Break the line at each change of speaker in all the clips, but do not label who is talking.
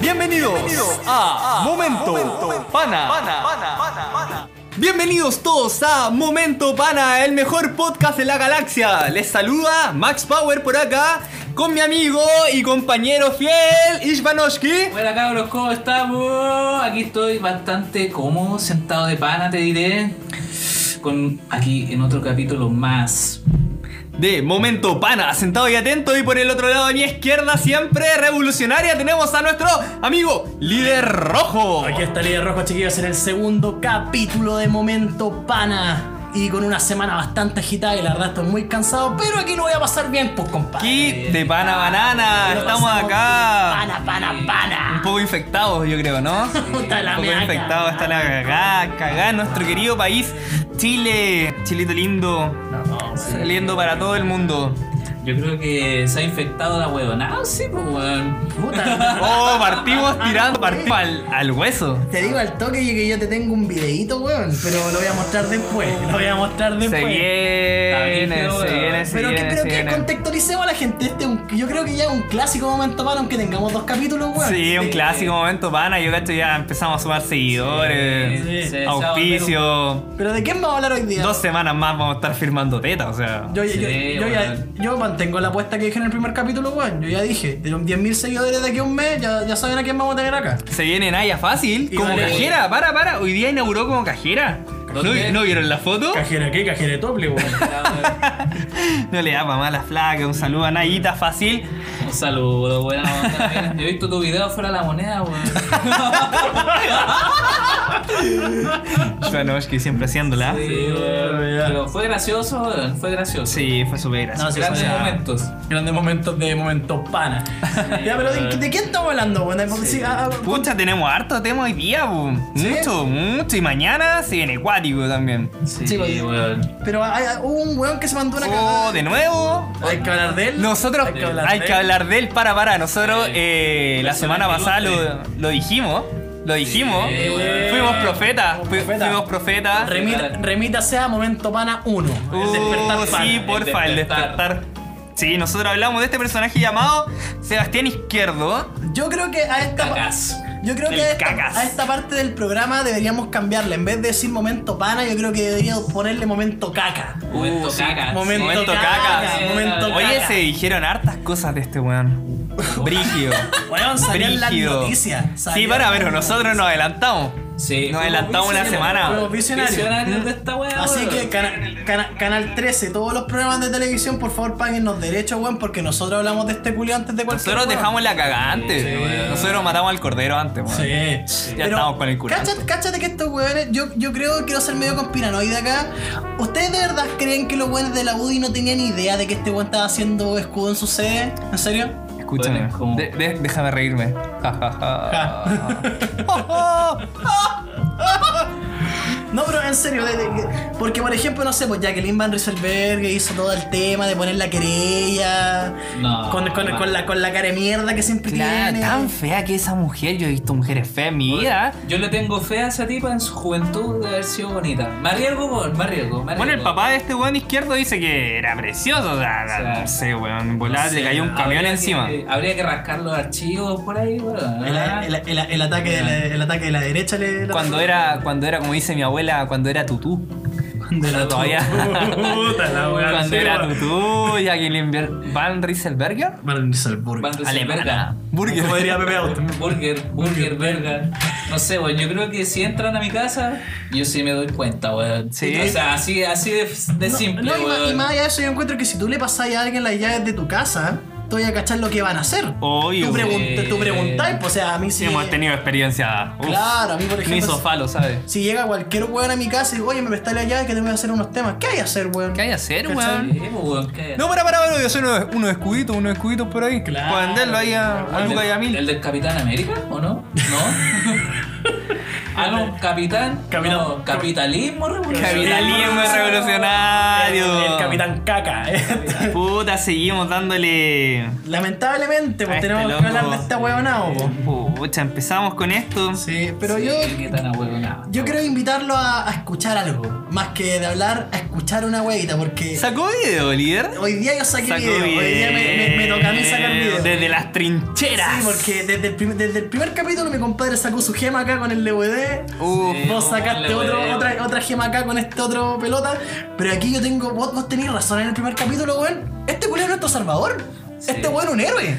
Bienvenidos, a, Momento, Pana. Bienvenidos todos a Momento Pana, el mejor podcast de la galaxia. Les saluda Max Power por acá con mi amigo y compañero fiel Ishvanoshki.
Hola cabros, ¿cómo estamos? Aquí estoy bastante cómodo, sentado de pana, te diré. Con aquí en otro capítulo más.
De Momento Pana, sentado y atento y por el otro lado de mi izquierda, siempre revolucionaria, tenemos a nuestro amigo líder rojo.
Aquí está Líder Rojo, chiquillos, en el segundo capítulo de Momento Pana. Y con una semana bastante agitada y la verdad estoy muy cansado, pero aquí lo voy a pasar bien, pues compadre.
Aquí de Pana Banana,
Lo
estamos
pasamos
acá.
bien. Pana, pana,
Un
pana.
poco infectados, yo creo, ¿no?
Puta la
Un poco
meaca.
infectado, está la cagá, cagá, nuestro querido país, Chile, Chilito lindo, saliendo para todo el mundo.
Yo creo que se ha infectado la huevona. Ah, sí, pues weón.
Puta.
Oh, partimos tirando, partimos al, al hueso.
Te digo al toque que yo te tengo un videíto, weón, pero lo voy a mostrar después. Lo voy a mostrar después.
Se viene,
Está
se
brígido,
viene, se
Pero que,
viene,
pero
se
que
viene.
contextualicemos a la gente. Este es un- yo creo que ya es un clásico momento para aunque tengamos dos capítulos, weón.
Sí, un clásico momento, pana. Yo cacho ya empezamos a sumar seguidores,
Sí, sí.
auspicio.
Pero ¿de quién vamos a hablar hoy día?
Dos semanas más vamos a estar firmando teta, o sea.
Yo, yo-
Sí,
yo- yo ya-
weón.
yo mantengo la apuesta que dije en el primer capítulo, weón. Yo ya dije, de los 10.000 seguidores de aquí a un mes, ya, ya saben a quién vamos a tener acá.
Se viene Naya fácil,
Y
como
vale.
cajera, para, para. Hoy día inauguró como cajera. ¿No,
¿Dónde?
vi- no vieron la foto?
¿Cajera qué? ¿Cajera de tople, weón?
No le da para más la flaca, un saludo a Nayita fácil.
Un saludo, buena onda. mira. Yo he visto tu video fuera de la moneda, weón.
Ah, Janoski siempre haciéndola.
Sí,
Sí,
weón.
ya.
Pero fue gracioso, weón. Fue gracioso.
Sí, fue súper gracioso.
No, sí,
Grandes
o sea,
momentos.
Grandes momentos de momentos pana. ya, pero ¿de, de quién estamos hablando, weón? Porque sí, ah, ah,
Pucha, tenemos harto tema hoy día, po.
¿Sí?
mucho, mucho. Y mañana se viene acuático también.
Sí,
Sí, weón.
weón.
pero hay- hay- hubo un weón que se mandó una
Oh,
cagada.
de nuevo.
Hay que hablar de él.
Nosotros
hay que hablar, de él.
del para para. Nosotros
Sí.
eh, la
Eso
semana
me
pasada lo,
gusta.
lo dijimos. Lo dijimos.
Sí, weón.
Fuimos profetas.
Fuimos
fui-
profetas.
Fuimos profetas.
Remita, remítase a momento pana 1.
Oh,
el despertar pana.
sí, porfa, el despertar.
despertar.
Sí, nosotros hablamos de este personaje llamado Sebastián Izquierdo.
Yo creo que a esta
Cacas.
Yo creo
Del
que a
cacas.
esta, a esta parte del programa deberíamos cambiarla. En vez de decir momento pana, yo creo que deberíamos ponerle momento caca.
Momento
Uh, sí,
caca.
momento
Momento
caca,
caca.
momento caca.
Oye, se dijeron hartas cosas de este weón. Brígido.
Weón, salían las
Brígido.
noticias.
Sí,
salían
para, pero
las
nosotros nos adelantamos.
Sí,
Nos
fuimos
adelantamos una
visionarios,
semana.
fuimos visionarios.
Visionarios de esta weá,
Así
weón.
que cana- cana- Canal 13, todos los programas de televisión, por favor, paguen los derechos, weón, porque nosotros hablamos de este culio antes de cualquier
Nosotros
weón.
dejamos la cagada antes.
Sí, weón.
Nosotros matamos al cordero antes, weón.
Sí.
Ya estamos con el curanto.
Cáchate, cáchate que estos weones, yo, yo creo, quiero ser medio conspiranoide acá. ¿Ustedes de verdad creen que los weones de la UDI no tenían idea de que este weón estaba haciendo escudo en su sede? ¿En serio?
Escúchame.
Bueno, como-
De- de- déjame reírme. Ja, ja, ja.
No, pero en serio, de- de- porque por ejemplo, no sé, pues Jacqueline Van Rieselberg hizo todo el tema de poner la querella
No,
con, con-
no.
con la, con la cara de mierda que siempre
Claro,
tiene.
tan fea que esa mujer. Yo he visto mujeres feas en mi vida.
Yo le tengo fe a esa tipa en su juventud de haber sido bonita. Me arriesgo, weón, me arriesgo. me
Bueno, el
arriesgo.
papá de este weón izquierdo dice que era precioso. O sea,
sea,
no sé, weón.
No
Volada,
sé, eh,
le cayó un
habría
camión
que-
encima.
habría que rascar los archivos por ahí, weón. ¿eh?
El, el- el- el ataque de la, el ataque de la derecha le. le-
Ah. Cuando era, cuando era, como dice mi abuela, cuando era tutú.
Cuando era
Todavía.
Puta la weá,
cuando
sí,
era
weón.
tutú, y aquí le envió- Van Rieselberger.
Van Rieselberg.
Van Rieselberg.
Alemana. Burger.
Como diría Pepe Auto.
Burger, burger, verga. No sé, weón. Yo creo que si entran a mi casa, yo sí me doy cuenta, weón.
Sí.
O sea, así, así de, de
No,
simple,
no, y, más,
weón.
y más allá de eso, yo encuentro que si tú le pasás a alguien las llaves de tu casa, tú vas a cachar lo que van a hacer.
Obvio.
Tú, pregun
Sí.
tú preguntás, pues, o sea, a mí sí.
Hemos tenido experiencia. Uf.
Claro, a mí, por
Me
ejemplo,
hizo
si-
falo, ¿sabes?
Si llega cualquier weón a mi casa y digo, oye, me prestáis las llaves que te voy a hacer unos temas. ¿Qué hay que hacer, weón?
¿Qué hay que hacer,
¿Cachai?
weón?
Sí, pues, weón, ¿qué?
No, para, para, para, yo soy unos uno escuditos, unos escuditos por ahí.
Claro.
Para venderlo ahí a, a
¿El
Luca
del-
y a Mil.
¿El del Capitán América o no? No. ah, no, Capitán.
Capitán-
no, capitalismo revolucionario.
Capitalismo revolucionario.
Caca. eh.
Puta, seguimos dándole.
Lamentablemente,
A
pues
este
tenemos
loco.
que hablar de esta weonao, po.
Pucha, empezamos con esto.
Sí, pero yo,
Sí, qué tan ahueonado.
yo quiero invitarlo a, a escuchar algo. más que de hablar, a escuchar una huevita, porque
¿Sacó video, líder?
hoy día yo saqué
Sacó
video, hoy día me, me- me toca a mí sacar video.
Desde las trincheras.
Sí, porque desde el, prim- desde el primer capítulo mi compadre sacó su gema acá con el DVD.
Uf.
Sí.
Vos sacaste
Le
otro-
hueveo.
otra, otra gema acá con este otro pelota. Pero aquí yo tengo. Vos, vos tenés razón en el primer capítulo, weón. Este culo es nuestro salvador.
Sí.
Este weón es un héroe.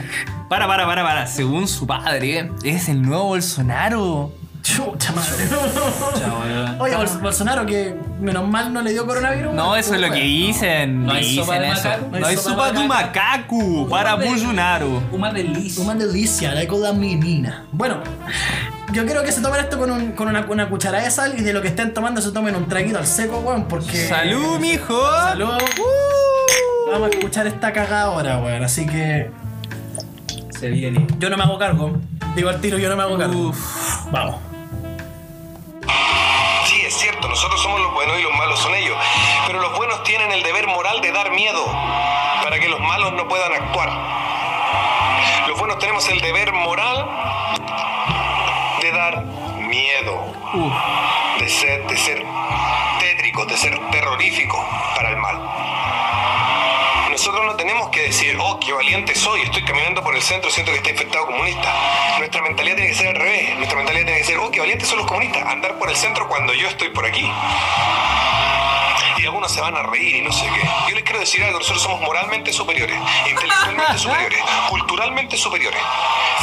Para, para, para, para. Según su padre, es el nuevo Bolsonaro.
Chucha madre.
Chao, weón.
Oye, Bol- Bolsonaro, que menos mal no le dio coronavirus.
No,
weón.
eso es lo
Puta,
que
weón.
dicen.
No hay
dicen
sopa de
eso.
macaco,
No hay sopa de macaco para
Hombre.
Bolsonaro.
Una delicia.
Una delicia, la coda menina. Bueno, yo creo que se tomen esto con, un- con una, una cucharada de sal y de lo que estén tomando se tomen un traguito al seco, weón, porque.
Salud, mijo.
Eh, Salud.
Uh.
Vamos a escuchar esta cagada ahora, weón. Así que.
Se viene.
Yo no me hago cargo. Digo al tiro, yo no me hago cargo. Vamos.
Sí, es cierto, nosotros somos los buenos y los malos son ellos. Pero los buenos tienen el deber moral de dar miedo para que los malos no puedan actuar. Los buenos tenemos el deber moral de dar miedo,
Uf.
de ser, de ser tétrico, de ser terrorífico para el mal. Nosotros no tenemos que decir, oh, qué valiente soy, estoy caminando por el centro, siento que está infectado comunista. Nuestra mentalidad tiene que ser al revés. Nuestra mentalidad tiene que ser, oh, qué valientes son los comunistas, andar por el centro cuando yo estoy por aquí. Y algunos se van a reír y no sé qué. Yo les quiero decir algo, nosotros somos moralmente superiores, intelectualmente superiores, culturalmente superiores,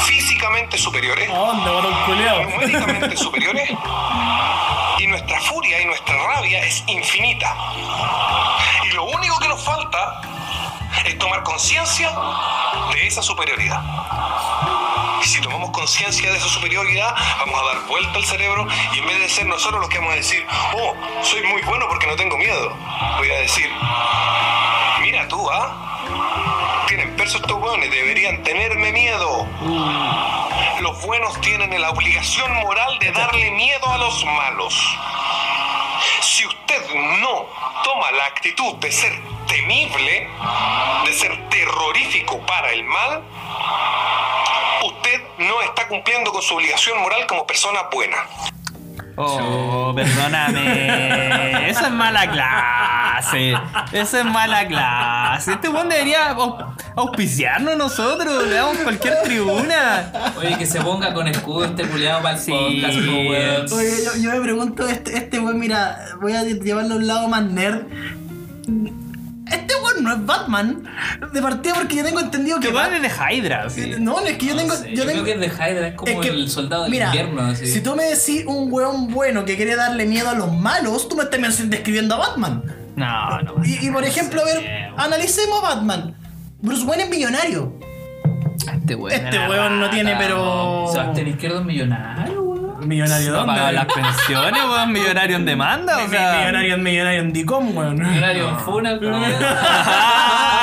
físicamente superiores
onda, weón,
numéricamente superiores y nuestra furia y nuestra rabia es infinita. Y lo único que nos falta es tomar conciencia de esa superioridad. Y si tomamos conciencia de esa superioridad, vamos a dar vuelta al cerebro y en vez de ser nosotros los que vamos a decir, oh, soy muy bueno porque no tengo miedo, voy a decir, mira tú, ¿ah? Tienen persos estos hueones, deberían tenerme miedo. Los buenos tienen la obligación moral de darle miedo a los malos. Si usted no toma la actitud de ser temible, de ser terrorífico para el mal, usted no está cumpliendo con su obligación moral como persona buena.
Oh, perdóname. Eso es mala clase. Eso es mala clase. Este weón debería au- auspiciarnos nosotros. Le damos cualquier tribuna.
Oye, que se ponga con escudo este culeado para el
Sí.
podcast, po, weón.
Oye, yo, yo me pregunto, este, este weón, mira, voy a llevarlo a un lado más nerd. Este weón no es Batman. De partida porque yo tengo entendido que.
Que van
Bat-
en de Hydra. sí.
Eh, No, es que yo
No
tengo.
sé,
yo tengo-
creo que el de Hydra es como
es que,
el soldado del
mira,
invierno. Así.
Si tú me decís un weón bueno que quiere darle miedo a los malos, tú me estás men- describiendo a Batman.
No, no.
Y, y, por ejemplo, a ver, analicemos a Batman. Bruce Wayne es millonario.
Este weón.
Este
era
weón no tiene,
rata,
pero.
Sebastián Izquierdo es millonario, weón.
Millonario
No pagaba las pensiones, weón. Millonario en demanda, o sea.
millonario en millonario en Dicom, weón.
Millonario en Funa, weón.
Ah.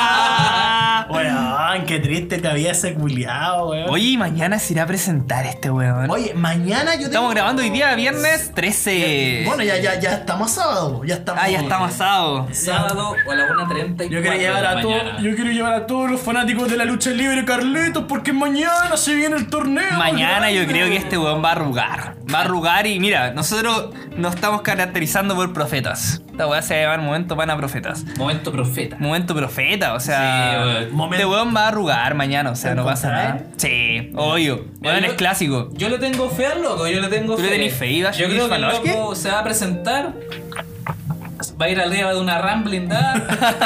Weón, qué triste te había ese culiao, weón.
Oye, y mañana se irá a presentar este weón.
Oye, mañana yo
Estamos
tengo-
grabando hoy día, viernes 13.
Bueno, ya, ya, ya estamos sábado. Ya estamos.
Ah, ya estamos asado.
Sábado o a las 1.30 y
Yo quiero, llevar a todos, yo quiero llevar a todos los fanáticos de la lucha libre, Carlitos, porque mañana se viene el torneo. pues,
Mañana yo
grande.
creo que este weón va a arrugar. Va a arrugar y mira, nosotros nos estamos caracterizando por profetas. Esta weá se va a llamar momento pana profetas.
Momento profeta.
Momento profeta, o
Sí,
sea.
weón.
este
Momento-
weón va a arrugar mañana, o sea, no pasa
¿Encontrar?
nada. Sí, obvio.
Mira,
Weón
yo-
es clásico.
Yo le tengo fe al loco, yo le tengo
¿Tú
fe.
le tenés fe, Iván?
Yo creo que el
¿Falasque?
loco se va a presentar. Va a ir arriba de una rambling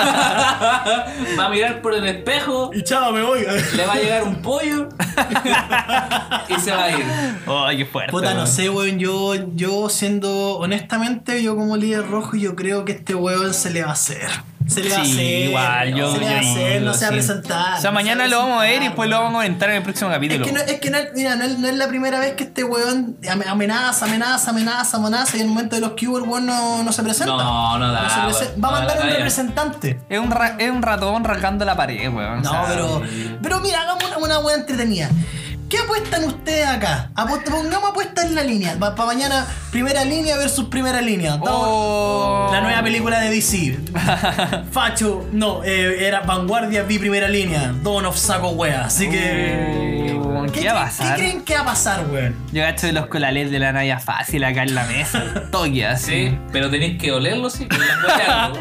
va a mirar por el espejo.
Y chao, me voy.
Le va a llegar un pollo. y se va a ir.
Ay, qué fuerte.
Puta, no
weón.
sé, weón. Yo, yo siendo honestamente, yo como líder rojo, yo creo que este weón se le va a hacer. Se le va a
Sí,
hacer.
igual, yo.
Se le va a
yo
hacer, no
digo,
se va
sí.
a
O
presentar.
sea,
no se va
mañana
a
lo vamos a ver y
presentar,
después lo vamos a comentar en el próximo
Es
capítulo.
que, no, es que no, mira, no, es, no es la primera vez que este weón am- amenaza, amenaza, amenaza, amenaza y en el momento de los que el weón no, no se presenta.
No, no da,
se prese-
weón.
Va
No da
a mandar
la
un
talla.
representante.
Es un, ra- es un ratón rasgando la pared, weón. o
No,
sea,
pero, pero mira, hagamos una, una weá entretenida. ¿Qué apuestan ustedes acá? Apuest- pongamos apuestas en la línea. Para mañana, primera línea versus primera línea. Estamos-
Oh.
La nueva película de DC. Facho, no, eh, era Vanguardia, vi primera línea. Dawn of Saco Wea. Así que.
Oh, weón. ¿Qué,
¿Qué,
va a
creen-
pasar?
¿Qué creen que va a pasar, weón?
Yo gacho de los colalés de la Naya fácil acá en la mesa. al Toque así.
Sí, pero tenéis que olerlo, sí. porque las huele algo.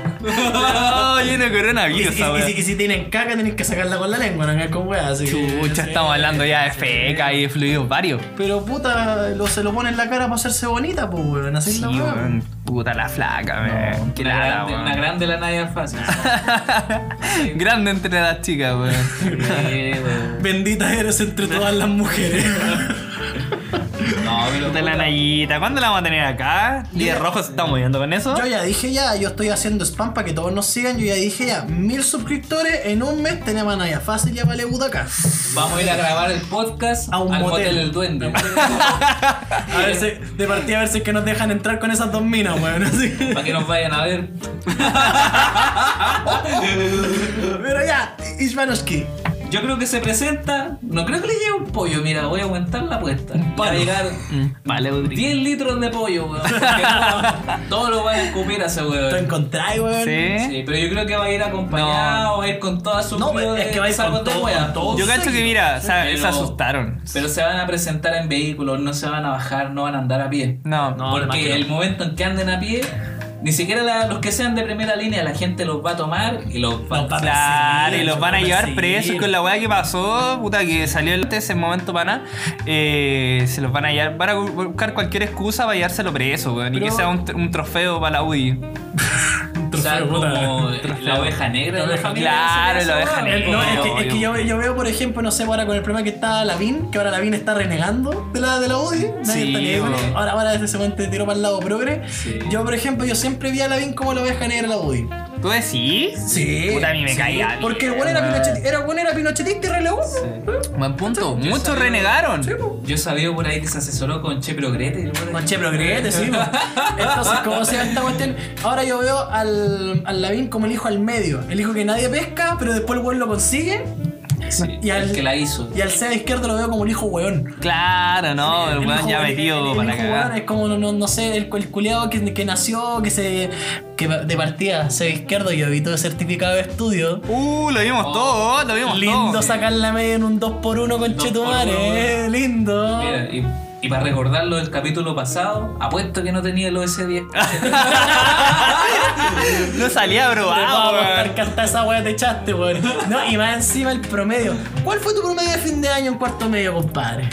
No, Oh, lleno de
Y,
coronavirus,
si-
esa
y si-
weón.
y si tienen caca, tenéis que sacarla con la lengua, no hagas con weá. Así que-
Chucha,
sí,
estamos hablando ya de
sí.
feca y de fluidos varios.
Pero puta, lo, se lo pone en la cara para hacerse bonita, pues, weón. Así es
Sí,
la weá.
weón. Puta la flaca, weón. Qué
una,
lata,
grande, una
weón.
grande la nadie fácil.
Grande entre las chicas, weón.
Sí, weón.
Bendita eres entre todas las mujeres.
No, pero.
De la Nayita. ¿Cuándo la vamos a tener acá? ¿Día
Yo-
rojo se está moviendo con eso?
yo ya dije ya, yo estoy haciendo spam para que todos nos sigan. Yo ya dije ya, mil suscriptores en un mes tenemos a Naya Fácil y a Vale Butaca.
Vamos a ir a grabar el podcast
A un
al
motel.
motel del duende.
A ver si- de partida a ver si es que nos dejan entrar con esas dos minas, weón. Así.
Para que nos vayan a ver.
Pero ya, Ishvanoski.
Yo creo que se presenta. No creo que le llegue un pollo. Mira, voy a aumentar la apuesta. Va a
palo.
llegar
Vale, Udri.
10 litros de pollo, weón. Todo lo va a escupir a ese
¿Lo
weón.
encontráis, weón?
Sí.
Sí, pero yo creo que va a ir acompañado, va a ir con todas sus
No,
videos
es
de
que va a ir con
sacos de
todo,
hueá.
con todo.
Yo cacho que mira, sa-
Pero-
se asustaron.
Pero se van a presentar en vehículos, no se van a bajar, no van a andar a pie.
No,
No. además
Porque
que
el momento en que anden a pie, ni siquiera la- los que sean de primera línea, la gente los va a tomar y los va
Los va a
Claro,
perseguir,
y los van a llevar
perseguir.
presos con la weá que pasó, puta, que salió el ese momento pana. Eh, se los van a llevar, van a bu- buscar cualquier excusa para llevárselo preso, weón. Y
Pero-
que sea un, tr- un trofeo para la UDI.
Un
O sea,
trofeo, puta.
como la oveja negra de la familia.
Claro, la oveja
Esa
negra.
No,
weá.
es
Obvio,
que, es que yo,
obvio.
yo veo, por ejemplo, no sé, ahora con el problema que está Lavín, que ahora Lavín está renegando de la, de la UDI. Nadie
Sí,
está ni ahí con él.
bueno.
Ahora, ahora ese momento te tiró para el lado progre.
Sí.
Yo, por ejemplo, yo siempre vi a Lavín como la oveja negra de la UDI.
¿Tú decís?
Sí.
Puta, a mí me caía bien,
Porque el bueno era,
weón.
pinochetista, era, bueno era pinochetista y relevo.
Buen punto. Muchos
sabía-
renegaron.
Yo sabía por ahí que se asesoró con Che Progrete. ¿no?
eh, Con Che Progrete, sí. po. Entonces, ¿cómo se llama esta cuestión? Ahora yo veo al, al Lavín como el hijo al medio. El hijo que nadie pesca, pero después el buen lo consigue.
Sí,
Y al-
el que la hizo.
Y al C de izquierdo lo veo como el hijo weón.
Claro, no, el weón ya
hijo- el-
metido
el
para
hijo weón
cagar.
Es como, no, no, no sé, el, el culiado que, que nació, que se. que de partida se de izquierdo y evitó el certificado de estudio.
Uh, lo vimos
Oh,
todo, lo vimos
Lindo
todo.
sacar la media en un 2x1 con
Dos
Chetumare,
por uno,
eh, lindo.
Mira, y, y para recordarlo del capítulo pasado, apuesto que no tenía el OS10.
No salía
Te
probado,
vamos a
weón.
dar carta a esa weá te echaste, weón. No, y más encima el promedio. ¿Cuál fue tu promedio de fin de año en cuarto medio, compadre?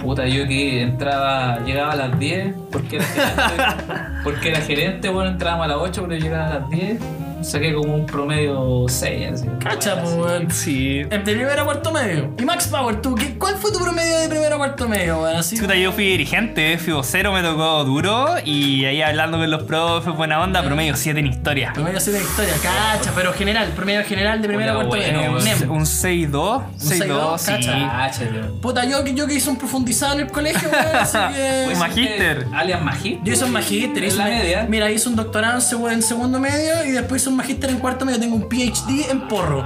Puta, yo que entraba, llegaba a las 10 porque era gerente, porque era gerente, bueno, entrábamos a las 8, pero yo llegaba a las 10, saqué como un promedio 6, así.
Cacha,
Bueno,
pues,
así.
weón.
Sí.
Entre primero a cuarto medio. Y Max Power, tú, ¿qué- ¿cuál fue tu promedio de primero a cuarto medio, weón? Así.
Chuta, yo fui dirigente, fui vocero, me tocó duro y ahí hablando con los profes, buena onda, promedio 7 en historia.
Promedio 7 de historia, cacha, pero general, promedio general de primero a
Puta,
cuarto
bueno,
medio.
Un
weón.
Nem.
un 6-2, 6-2,
6-2,
sí.
cacha.
Cacha, weón.
Puta, yo, yo que hice un profundizado en el colegio, weón, así que.
Pues, Magíster.
Eh, Alias Magíster.
Yo hice un magíster,
En
hice
la
una-
media.
Mira, hice un doctorado en, segu- en segundo medio y después hice un magíster en cuarto medio. Tengo un PhD en porro.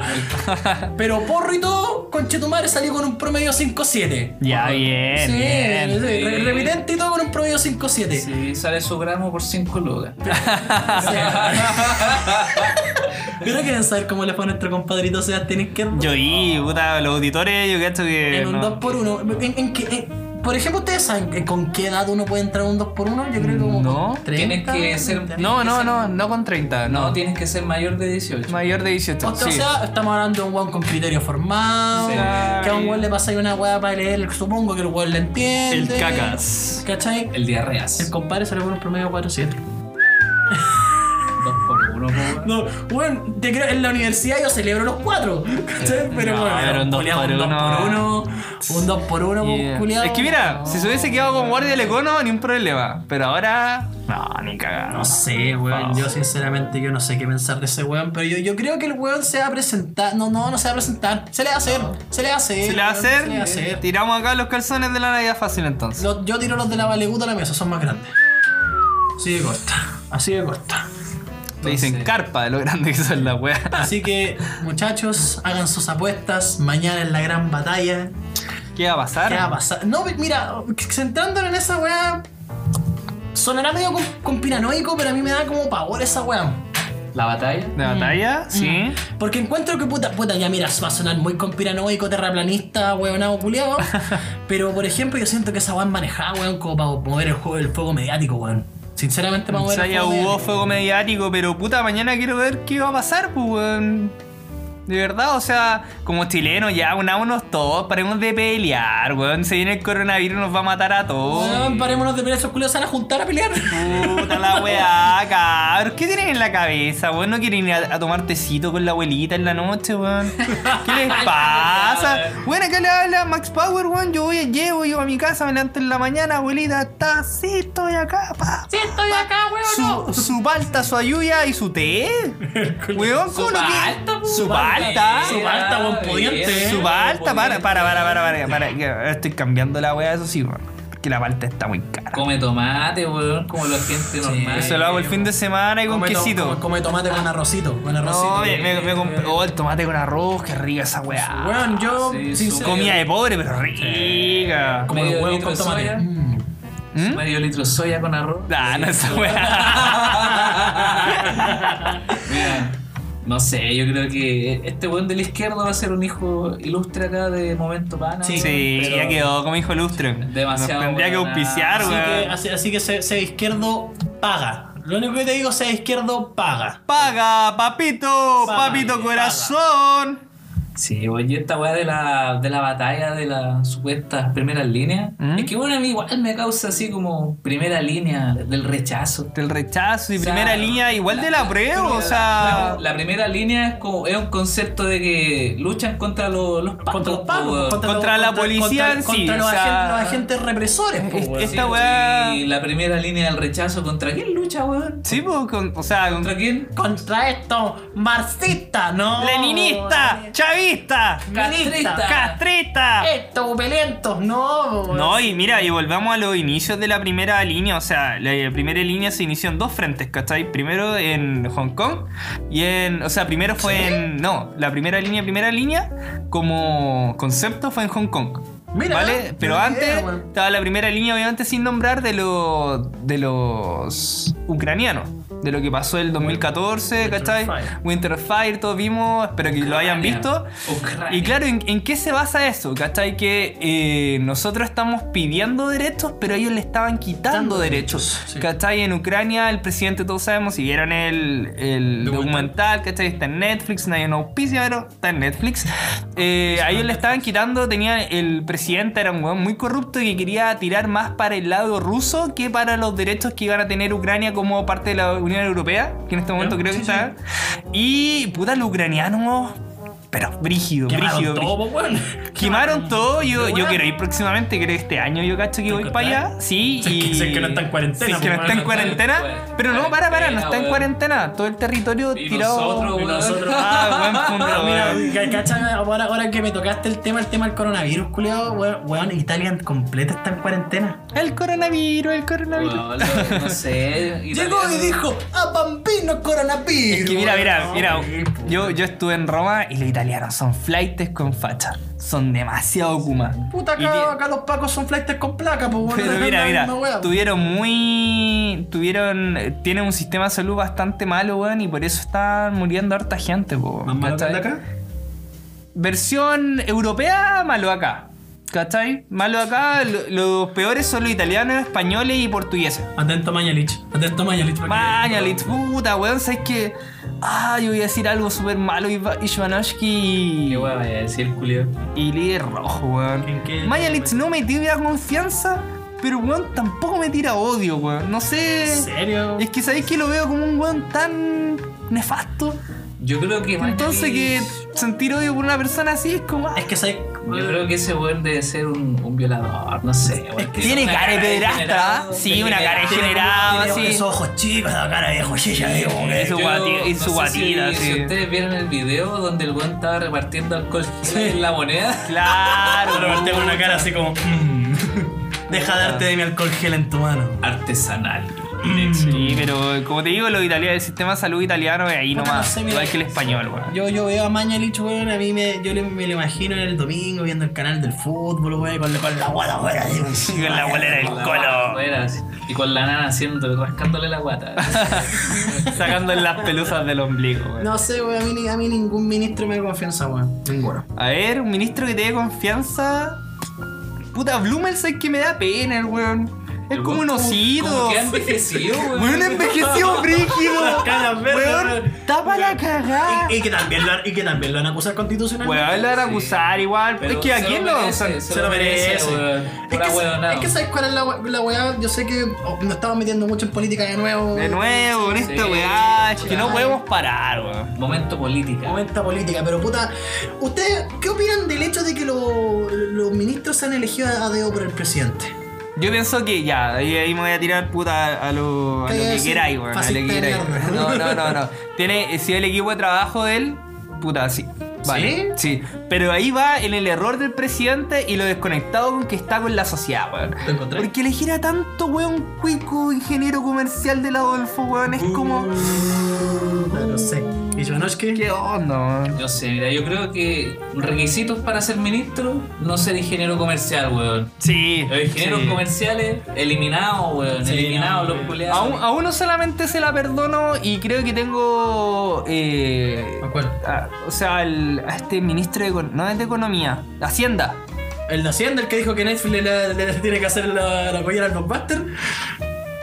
Pero porro y todo, conchetumare salió con un promedio 5-7.
Ya, bien,
Sí, sí,
bien.
re- repitente y todo con un promedio 5-7.
Sí, sale su gramo por 5 lucas.
Pero quieren saber cómo le fue a nuestro compadrito Sebastián Izquierdo.
Yo vi, puta, los auditores, yo cacho que.
en un
no.
2x1. ¿En, en qué- en- por ejemplo, ¿ustedes saben en- con qué edad uno puede entrar a un 2x1? Yo creo que como.
No.
Tienes que ser-
No, no, no, no con 30,
No,
no.
tienes que ser mayor de 18.
Mayor de 18.
O sea,
sí.
estamos hablando de un weón con criterio formado.
Sí.
Que a un weón le pasáis una weá para leer, supongo que el weón le
El
entiende.
cacas.
¿Cachai?
El diarreas.
El compadre sale con un promedio 4-7.
Dos por uno, po, weón.
No, weón, te creo, en la universidad yo celebro los 4. ¿Cachai? Pero
Eh, No,
bueno,
pero un dos
culiao,
por
un 2
uno.
por 1 Un 2 por pues, 1
Yeah.
culiado.
Es que mira, si se hubiese quedado con guardia del econo, ni un problema. Pero ahora. No, ni cagar.
No sé, weón. Yo sinceramente yo no sé qué pensar de ese weón, pero yo, yo creo que el weón se va a presentar. No, no, no se va a presentar. Se le va a hacer. Se le va a hacer.
Se le va a
weón,
hacer.
Se le va a hacer.
Tiramos acá los calzones de la Navidad fácil entonces.
Lo- yo tiro los de la valeguta a la mesa, son más grandes. Así de corta. Así de corta.
Te dicen
sé.
carpa de lo grande que son las weas.
Así que, muchachos, hagan sus apuestas. Mañana es la gran batalla.
¿Qué va a pasar?
¿Qué va a pasar? No, mira, centrándonos en esa weá. Sonará medio con, piranoico, pero a mí me da como pavor esa weá.
La batalla.
¿De batalla?
Mm.
Sí.
Porque encuentro que puta, puta, ya mira, va a sonar muy conspiranoico, terraplanista, huevonado culiado. pero por ejemplo, yo siento que esa weón manejada, weón, como para mover el juego, el fuego mediático, weón. Sinceramente, para
O
mover
sea,
el
ya
fuego.
hubo
mediático.
fuego mediático, pero puta, mañana quiero ver qué va a pasar, pues, weón. De verdad, o sea, como chilenos ya, unámonos todos, paremos de pelear, weón. Se viene el coronavirus, nos va a matar a todos.
Weón, parémonos de pelear, esos culiados se van a juntar a pelear.
Puta la weá, cabros. ¿Qué tienen en la cabeza, weón? ¿No quieren ir a, a tomar tecito con la abuelita en la noche, weón? ¿Qué les pasa? Bueno, acá le habla Max Power, weón. Yo voy, a- llevo, yo a mi casa, me levanto en la mañana, abuelita. Está, sí, estoy acá, pa.
Sí, estoy acá, weón.
Su, su palta, su ayuya y su té. Weón, ¿cómo no
palta,
que-
pues,
Su palta.
Su
Su palta.
palta, buen pudiente.
Su palta, para, para, para, para, para, para. que Estoy cambiando la weá, eso sí, weón. Porque la palta está muy cara.
Come tomate, weón, como la gente normal.
Eso lo hago el fin de semana y con
Come to-
quesito.
Come, come tomate con arrocito. Con arrocito. Eh,
No, me, me, me oh. compré. Oh, el tomate con arroz, qué rica esa weá.
Weón, yo,
Sí,
sinceramente.
Comida de pobre, pero rica.
Como los
Medio
huevos
litro
con
de
tomate.
soya.
Mm.
¿Mm?
Medio litro de soya con arroz.
Ah, no, esa weá.
Mira, no sé, yo creo que este weón de la izquierda va a ser un hijo ilustre acá de Momento Pana.
Sí,
weón, pero-
ya quedó como hijo lustre.
Demasiado
Nos tendría que
buena.
auspiciar,
Así que,
weón.
así, así que se, se izquierdo paga. Lo único que te digo, se izquierdo paga.
Paga, papito,
Paga,
papito
paga.
corazón.
Sí, weón, y esta weá de la, de la batalla de las supuestas primeras líneas.
¿Mm?
Es que bueno, a mí igual me causa así como primera línea del rechazo.
Del rechazo y
O sea,
primera línea, igual de la prueba,
pero
o
la-
sea.
La, la primera línea es, como, es un concepto de que luchan contra los, los pacos,
Contra los
po,
pagos.
weón.
Oh, Contra la policía en
Contra,
sí,
contra los,
o sea-
agentes, los agentes represores. po,
Es-
weón.
esta weá-
Y la primera línea del rechazo, ¿contra quién lucha, weón?
Sí, pues, con- o sea, con-
¿Contra quién?
Contra esto, marxista, no.
leninista, chavista,
Castrista.
Eh,
castrista.
Esto, pelentos, no. po,
No,
weón.
y mira, y volvamos a los inicios de la primera línea. O sea, la primera línea se inició en dos frentes, ¿cachai? Primero en Hong Kong y en. O sea, primero fue en. No, la primera línea, primera línea, como concepto fue en Hong Kong.
Mira,
¿Vale? Pero
buena
antes
idea, weón.
estaba la primera línea, obviamente, sin nombrar de, los de los ucranianos. De lo que pasó el 2014,
Winter
¿cachai?
Fire.
Winter Fire, todos vimos, espero que lo hayan
Ucrania.
visto.
Ucrania.
Y claro, ¿en, en qué se basa eso? ¿Cachai? Que eh, nosotros estamos pidiendo derechos, pero ellos le estaban quitando
Quitando
derechos.
derechos, sí.
¿Cachai? En Ucrania, el presidente, todos sabemos, si vieron el, el
Documental.
documental, ¿cachai? Está en Netflix, nadie nos auspicia, pero está en Netflix. Eh, a ellos le estaban quitando, tenía el presidente, era un weón muy corrupto y que quería tirar más para el lado ruso que para los derechos que iban a tener Ucrania como parte de la Unión Europea, que en este momento creo que
sí,
está. Y puta, los ucranianos. Pero brígido,
Quemaron
brígido.
todo,
brígido.
po, weón.
Quemaron todo, yo,
Pero
yo
bueno.
quiero ir próximamente, creo que este año yo cacho que voy para allá. Sí,
Si es que-
y.
si es que no está en cuarentena,
Si es que no
pues,
está en
bueno,
cuarentena.
está en
Pero no, para, para, no está en
weón.
cuarentena. Todo el territorio
Y
tirado.
nosotros,
Y
weón.
nosotros.
Ah, buen punto,
Mira,
weón.
ca- cacha, ahora, ahora que me tocaste el tema, el tema del coronavirus, culiado, weón, weón, Italia completa está en cuarentena.
El coronavirus, el coronavirus.
Weón, lo- no sé.
Llegó y
italiano.
dijo, a bambino coronavirus.
Es que mira, mira,
No,
mira.
sí, po.
Yo, yo estuve en Roma y los italianos son flightes con facha. Son demasiado kumas.
Puta,
Y ti-
acá, acá los pacos son flightes con placa, pues weón.
Pero
no,
mira,
no,
mira,
no, weón.
tuvieron muy. Tuvieron. eh, Tienen un sistema de salud bastante malo, weón, y por eso están muriendo harta gente, po,
¿Más malo que el
¿cachai?
de acá?
Versión europea, malo acá. ¿Cachai? Malo acá, lo- los peores son los italianos, españoles y portugueses.
Atento Mañalich, atento Mañalich. porque-
Mañalich, puta, weón, ¿sabes qué? Ah, yo voy a decir algo súper malo, Iva- Ishvanoshki
¿Qué
y,
weón vaya a decir, Julio?
y líder rojo, weón.
¿En qué?
Mañalich no me tira confianza, pero weón tampoco me tira odio, weón. No sé.
¿En serio?
Es que sabéis que lo veo como un weón tan nefasto.
Yo creo que.
Entonces que sentir odio por una persona así es como. ah,
Es que ¿sabes? eh,
Yo creo que ese weón debe ser un, un violador, no sé. weón.
tiene
una
cara de
degenerado,
pedrasta, ¿ah? Sí, una cara de
degenerado.
generado,
Tiene
así.
Esos ojos chicos, la cara de joyilla, digo,
Y su
Yo
guati- y su
no sé si-
guatita,
Si,
sí.
ustedes vieron el video donde el weón estaba repartiendo alcohol en la moneda.
Claro.
Pero parte con una cara así como. "Mm, Deja darte de mi alcohol gel en tu mano.
Artesanal.
Sí, pero como te digo, los italianos, el sistema de salud italiano es ahí
Puta,
nomás.
no sé, mira.
igual que el español, weón.
Yo, yo veo a Mañalich, weón, a mí me, yo le- me lo imagino en el domingo viendo el canal del fútbol, weón, con, con la bola afuera. así,
Con la bolera del colo.
Afuera, así. Y con la nana haciendo, rascándole la guata.
Sacando las pelusas del ombligo, weón.
No sé, weón, a mí, ni- a mí ningún ministro me da confianza, weón. Ninguno.
A ver, un ministro que te dé confianza. Puta, Blumel es que me da pena, el weón. Es como un osito.
Como que ha envejecido, weón.
Weón envejeció brígido.
Las caras verdes,
Weón,
weón.
tapa la cagada.
Y, y que también lo, y que también lo van a acusar constitucionalmente.
Weón, lo van a
Sí.
acusar igual.
Pero
es que
se
aquí
lo
no.
merece,
Se lo merece.
weón.
Es
Pura
que,
weonada.
es que sabes cuál es la, we- la weá. Yo sé que oh, nos estamos metiendo mucho en política de nuevo.
De nuevo, con esta
sí,
weá.
sí.
Que no podemos parar, weón.
Momento política.
Momenta política, pero puta. ¿Ustedes qué opinan del hecho de que lo- los ministros se han elegido a dedo por el presidente?
Yo pienso que ya, ahí, ahí me voy a tirar puta a lo, a
Te
lo
iba a
que
decir,
queráis, weón. A lo que
fascista de
queráis.
mierda.
No, no, no, no. Tiene, eh, si el equipo de trabajo de él, puta, sí. Vale, ¿Sí? Pero ahí va en el error del presidente y lo desconectado con que está con la sociedad, weón.
¿Lo encontré?
Porque elegir a tanto, weón, cuico, ingeniero comercial del Adolfo, weón, es como.
"Ah, No lo sé. ¿Y Janoshki?
¿Qué onda, weón?
Yo sé, mira, yo creo que requisitos para ser ministro, no ser ingeniero comercial, weón.
Sí.
Los ingenieros
sí. eh,
comerciales, eliminados, weón.
Sí,
eliminados
no,
los
weón.
culeados.
A, un- a uno solamente se la perdono y creo que tengo. Eh,
¿A cuál?
Ah, o sea, al- a este ministro de Econ- no es de economía, de Hacienda.
¿El de Hacienda, el que dijo que Netflix le, le- le tiene que hacer la, la collera al blockbuster?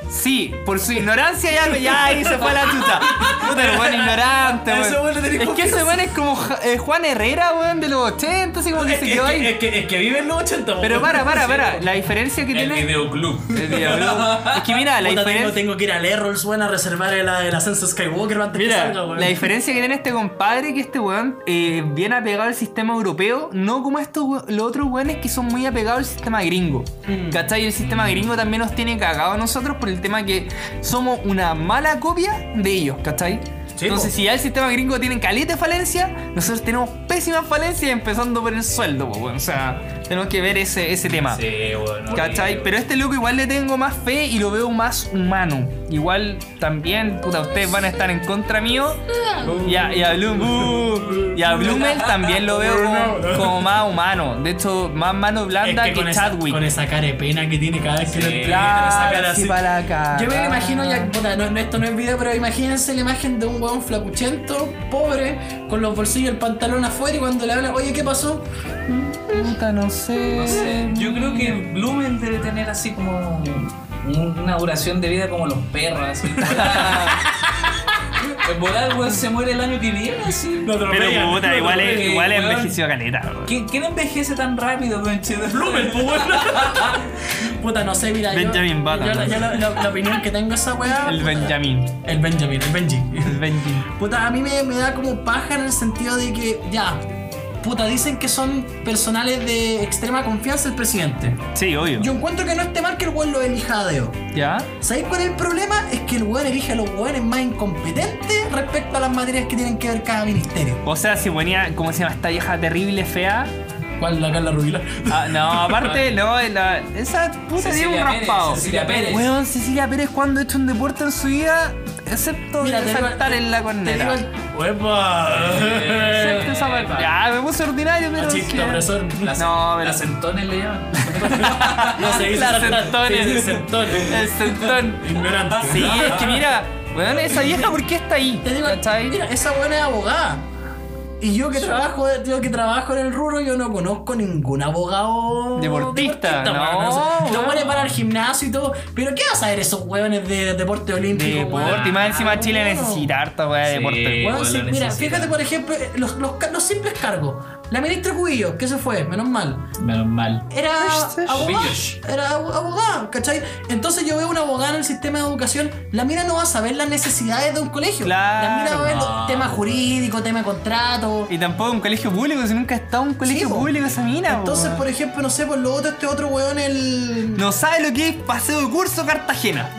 Sí, por su ignorancia ya, ya ahí se fue a la chuta. Puta, el weón ignorante,
A ese
weón.
weón le tenés
Es que ese
confianza.
weón es como Ja- eh, Juan Herrera, weón, de los 80, así como que
Es
se
que,
quedó
es que-
ahí.
es que- es que vive en los 80, po,
Pero
weón.
para, para,
Sí,
para.
po.
La diferencia que
El
tiene.
videoclub.
El diablo. Es que mira, la
Puta, tengo,
diferencia.
tengo que ir al Errols, weón, a reservar el, el ascenso Skywalker antes que
Mira,
salga, weón.
la diferencia que tiene este compadre que este weón eh, viene apegado al sistema europeo, no como estos we- los otros weones que son muy apegados al sistema gringo.
Mm.
¿Cachai? El sistema gringo también nos tiene cagado a nosotros por el tema que somos una mala copia de ellos, ¿cachai?
Sí,
Entonces,
po.
si ya el sistema gringo tiene caleta de falencia, nosotros tenemos pésimas falencias empezando por el sueldo, po, weón. O sea, tenemos que ver ese, ese tema.
Sí, weón.
¿Cachai?
horrible.
Pero a este loco igual le tengo más fe y lo veo más humano. Igual también, puta, ustedes van a estar en contra mío. Y a, y a Blum- y a Blumel también lo veo como, como más humano. De hecho, más mano
Es
blanda que,
con esa,
Chadwick.
con esa cara de pena que tiene cada vez que lo
Sí.
entrevistan, esa cara
Sí,
así.
para la cara.
Yo me imagino ya, puta, no, no, esto no es video, pero imagínense la imagen de un weón flacuchento, pobre, con los bolsillos del pantalón afuera y cuando le hablan, oye, ¿qué pasó?
Puta, no sé.
No sé, yo creo que Blumen debe tener así como una duración de vida como los perros, así. En volar, weón, se muere el año que viene, así.
Pero puta, igual, es-
atropellan,
igual es
weón.
envejeció caleta. weón.
¿Quién, quién envejece tan rápido, weón? Blumen,
Puta, no sé, mira, yo-
Benjamin
yo,
Button.
la- yo la, la- la opinión que tengo de esa weá.
El
puta,
Benjamín.
El Benjamin, el Benji.
El Benjamín.
Puta, a mí me, me da como paja en el sentido de que, ya, puta, dicen que son personales de extrema confianza el presidente.
Sí, obvio.
Yo encuentro que no esté mal que el weón lo elija a deo.
¿Ya?
¿Sabéis cuál es el problema? Es que el weón elige a los weones más incompetentes respecto a las materias que tienen que ver cada ministerio.
O sea, si ponía, ¿cómo se llama? Esta vieja terrible, fea.
¿Cuál? La Carla Rubilar.
Ah, no, aparte, no, la- esa puta
Cecilia
tiene un
Pérez,
raspado.
Cecilia Pérez.
Weón, Cecilia Pérez cuando ha hecho un deporte en su vida, excepto
Mira,
de
te digo-
saltar en la
Te digo
corneta.
el Eh,
Excepto esa parte. Ya, me puse ordinario, pero.
Ah, chiste,
sí.
profesor.
No, pero-
Las centones le llaman.
No se dice
Las
saltar,
centones.
se dice centones.
El sentón.
Ignorante.
Sí, es que mira, weón, esa vieja, ¿por qué está ahí?
Te digo,
¿Cachai?
mira, esa buena es abogada. Y yo que trabajo, yo que trabajo en el rubro, yo no conozco ningún abogado
Deportista,
weón.
no,
O sea, Los
weón.
buenos para el gimnasio y todo. Pero ¿qué vas a ver esos hueones de deporte olímpico? weón?
Deporte, y más encima Chile
Weón.
necesita harta weá de
Sí.
deporte.
Weón,
Igual
sí,
lo
mira,
necesita.
fíjate por ejemplo eh, los, los ca- los simples cargos. La ministra Cubillo, que se fue, menos mal.
Menos mal.
Era abogada.
Cubillos.
Era abo- abogada, ¿cachai? Entonces yo veo una abogada en el sistema de educación. La mira no va a saber las necesidades de un colegio. la mira va a ver
no.
los temas jurídicos, temas de contrato.
Y tampoco un colegio público, si nunca ha estado en un colegio
po.
público esa mina,
Entonces,
weón.
por pues, ejemplo, no sé, por lo otro, este otro weón, el.
No sabe lo que es paseo de curso Cartagena.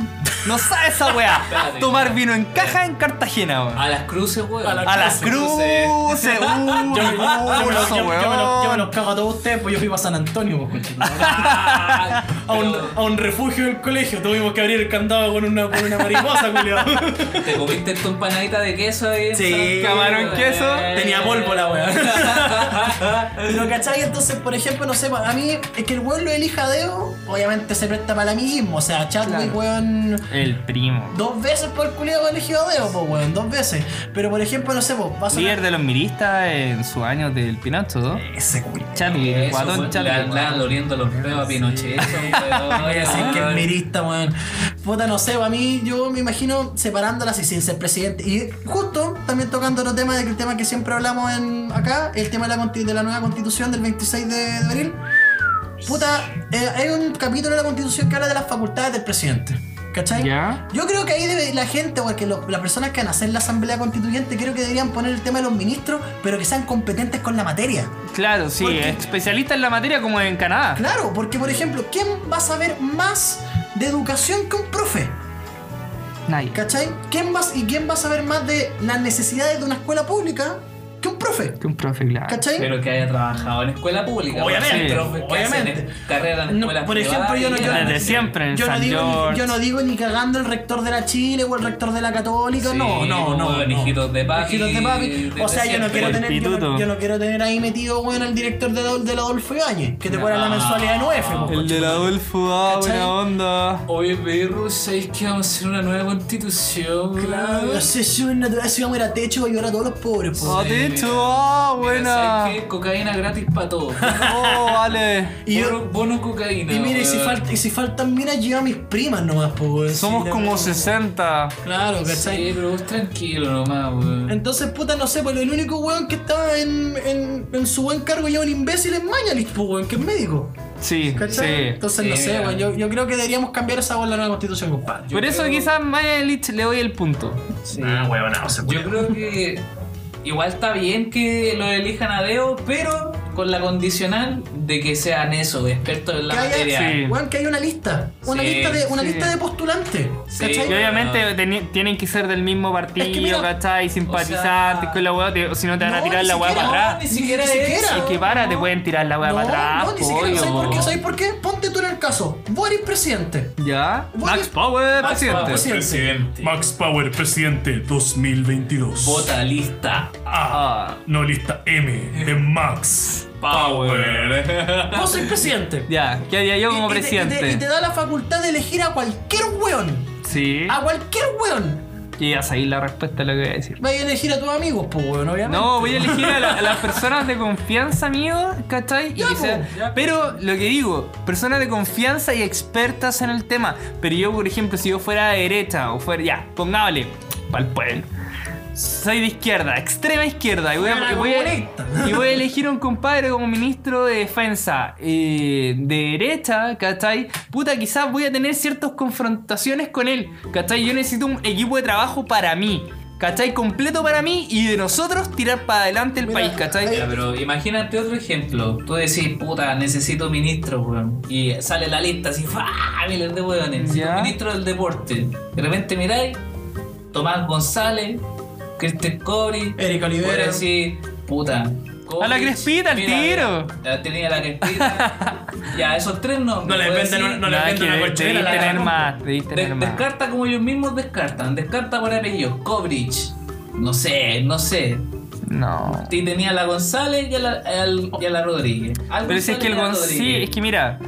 No sabe esa weá.
Espérate.
Tomar vino en caja en Cartagena, weón.
A las cruces, weón.
A la-
A las
cruces.
cruces. Uh,
Yo me, yo me lo- yo- yo me lo- yo me
weón.
los cago a todos ustedes, pues yo fui para San Antonio, pues, conchetumare.
Ah,
a, un,
pero
a un refugio del colegio, tuvimos que abrir el candado con una, con una mariposa, culiao.
Te comiste tu empanadita de queso ahí.
Sí, camarón, queso.
Eh,
Tenía polvo la Pero cachai, entonces, por ejemplo, no sé, a mí es que el weón lo elija a dedo, obviamente se presta para el amiguismo. O sea, Chadwick,
Claro.
weón,
El primo.
dos veces por el culiado elegido a dedo, pues weón, dos veces. Pero por ejemplo, no sé, pues vas a.
Líder de los miristas en sus años del Pinacho, ¿no?
Ese culiado.
Chadwick, el guatón
Le
Chadwick.
andaban doliendo los peos a Pinochet.
Voy a decir que es mirista, weón. Puta, no sé, a mí yo me imagino separándolas y sin ser presidente. Y justo también tocando otro tema, de que- el tema que siempre hablamos en acá, el tema de la, consti- de la nueva constitución del 26 de, de abril. Puta, eh, hay un capítulo de la constitución que habla de las facultades del presidente. ¿Cachai?
Ya.
Yo creo que ahí debe la gente, porque lo- las personas que van a hacer la asamblea constituyente, creo que deberían poner el tema de los ministros, pero que sean competentes con la materia.
Claro, sí,
Porque-
especialista en la materia como en Canadá.
Claro, porque por ejemplo, ¿quién va a saber más de educación que un profe?
Nadie.
¿Cachai? ¿Quién va, ¿Y quién va a saber más de las necesidades de una escuela pública que un profe?
Que un profe, claro.
¿Cachai?
Pero que haya trabajado en escuela pública.
Obviamente,
por ejemplo, que hacen
obviamente.
Carrera en
No,
escuela
por ejemplo, yo no- yo-
Desde siempre en
yo, no
San
digo, ni-
George.
yo no digo ni cagando el rector de la Chile o el rector de la Católica.
Sí,
no, no, no.
weón,
no.
hijitos de papi,
Hijitos de papi. O
desde
sea, yo no,
siempre.
quiero
El
tener, yo, no,
pituto.
yo no quiero tener ahí metido, weón, al director de la, del Adolfo Ibáñez, que te cobra la mensualidad en UF. po,
El del Adolfo, ah,
¿Cachai?
buena onda.
Oye, perro, ¿sabes que vamos a hacer una nueva constitución? weón?
Claro, eso es natural, si vamos a ir a techo a ayudar a todos los pobres, po.
Ah, de hecho, ah,
Mira,
buena.
¿Sabes qué? Cocaína gratis para todos.
Oh, vale.
Y, yo-
bono, bono cocaína.
y mire, si,
weón.
falta, y si faltan minas, lleva a mis primas nomás, po, weón.
Somos
Sí, la-
como 60.
Claro, ¿cachai?
Sí, pero vos tranquilo nomás, weón.
Entonces, puta, no sé, pues el único weón que está en, en, en su buen cargo ya un imbécil es Mañalich, pues weón, que es médico.
Sí,
¿Cachai?
sí.
Entonces, no
Sí,
sé,
mira.
weón, yo, yo creo que deberíamos cambiar esa bola de la nueva constitución, compadre.
Yo
Por eso
creo-
quizás Maya Lich le doy el punto.
Sí.
Ah,
weón, no, se
Yo creo que igual está bien que lo elijan a Deo, pero con la condicional de que sean eso, expertos en la
Que haya-
materia.
Sí.
Weón, que hay una lista. Una,
Sí,
lista, de, una
sí.
lista de postulantes.
Sí.
¿Cachai?
Y obviamente teni- tienen que ser del mismo partido,
Ah. Es que mira,
¿cachai? Simpatizantes
sea,
con la weá, te- o si no te van a
No,
tirar
ni
la weá
siquiera,
para
no,
atrás.
ni siquiera eso.
Es que para, te pueden tirar la weá
No,
para atrás.
no, ni siquiera, ¿sabes
pollo.
por qué? ¿Sabes por qué? Ponte tú en el caso. Vos eres presidente.
¿Ya?
Voy
Max
a-
Power,
Max
presidente.
Power,
sí.
Presidente.
Max Power, presidente 2022.
Vota lista.
A.
Ah,
No lista M de Max.
Power.
Vos sois presidente.
ya, ¿qué haría yo como
Y- y te- y te-
presidente?
y te da la facultad de elegir a cualquier weón.
Sí.
A cualquier weón.
Y ya sabéis la respuesta a lo que voy a decir.
Vaya a elegir a tus amigos, pues, weón, obviamente.
No, voy a elegir a, la- a las personas de confianza, amigo, ¿cachai? Y
Ya,
que
po,
sea-
ya, po.
pero lo que digo, personas de confianza y expertas en el tema. Pero yo, por ejemplo, si yo fuera de derecha o fuera, ya, pongámosle, pa'l pueblo. Soy de izquierda, extrema izquierda, y voy, a,
Fuera
y voy a-
comunista.
y voy a elegir a un compadre como ministro de defensa eh, de derecha, ¿cachai? Puta, quizás voy a tener ciertas confrontaciones con él, ¿cachai? Yo necesito un equipo de trabajo para mí, ¿cachai? Completo para mí y de nosotros tirar para adelante el
Mira,
país, ¿cachai?
Ya, pero imagínate otro ejemplo. Tú decís, puta, necesito ministro, weón. Y sale la lista así, ¡fa! Miles de weones.
Ya.
Ministro del deporte. De repente miráis, Tomás González, Cristian Cori.
Eric Olivera.
Ahora sí, puta.
A la Crespita, al tiro.
Ya tenía la crespita. ya, esos tres nombres.
No les
puedo
venden
decir,
no le
Nada
vendo
que
una
ver,
colchonera,
debí
la
tener
ganan,
más, debí
de-
tener más.
descarta como ellos mismos descartan. Descarta por apellidos. Cobrich. No sé, no sé.
No.
Y tenía a la González y a la, al- y a la Rodríguez. Al
Pero si es
González
que el
y a la
González,
Rodríguez.
es que mira,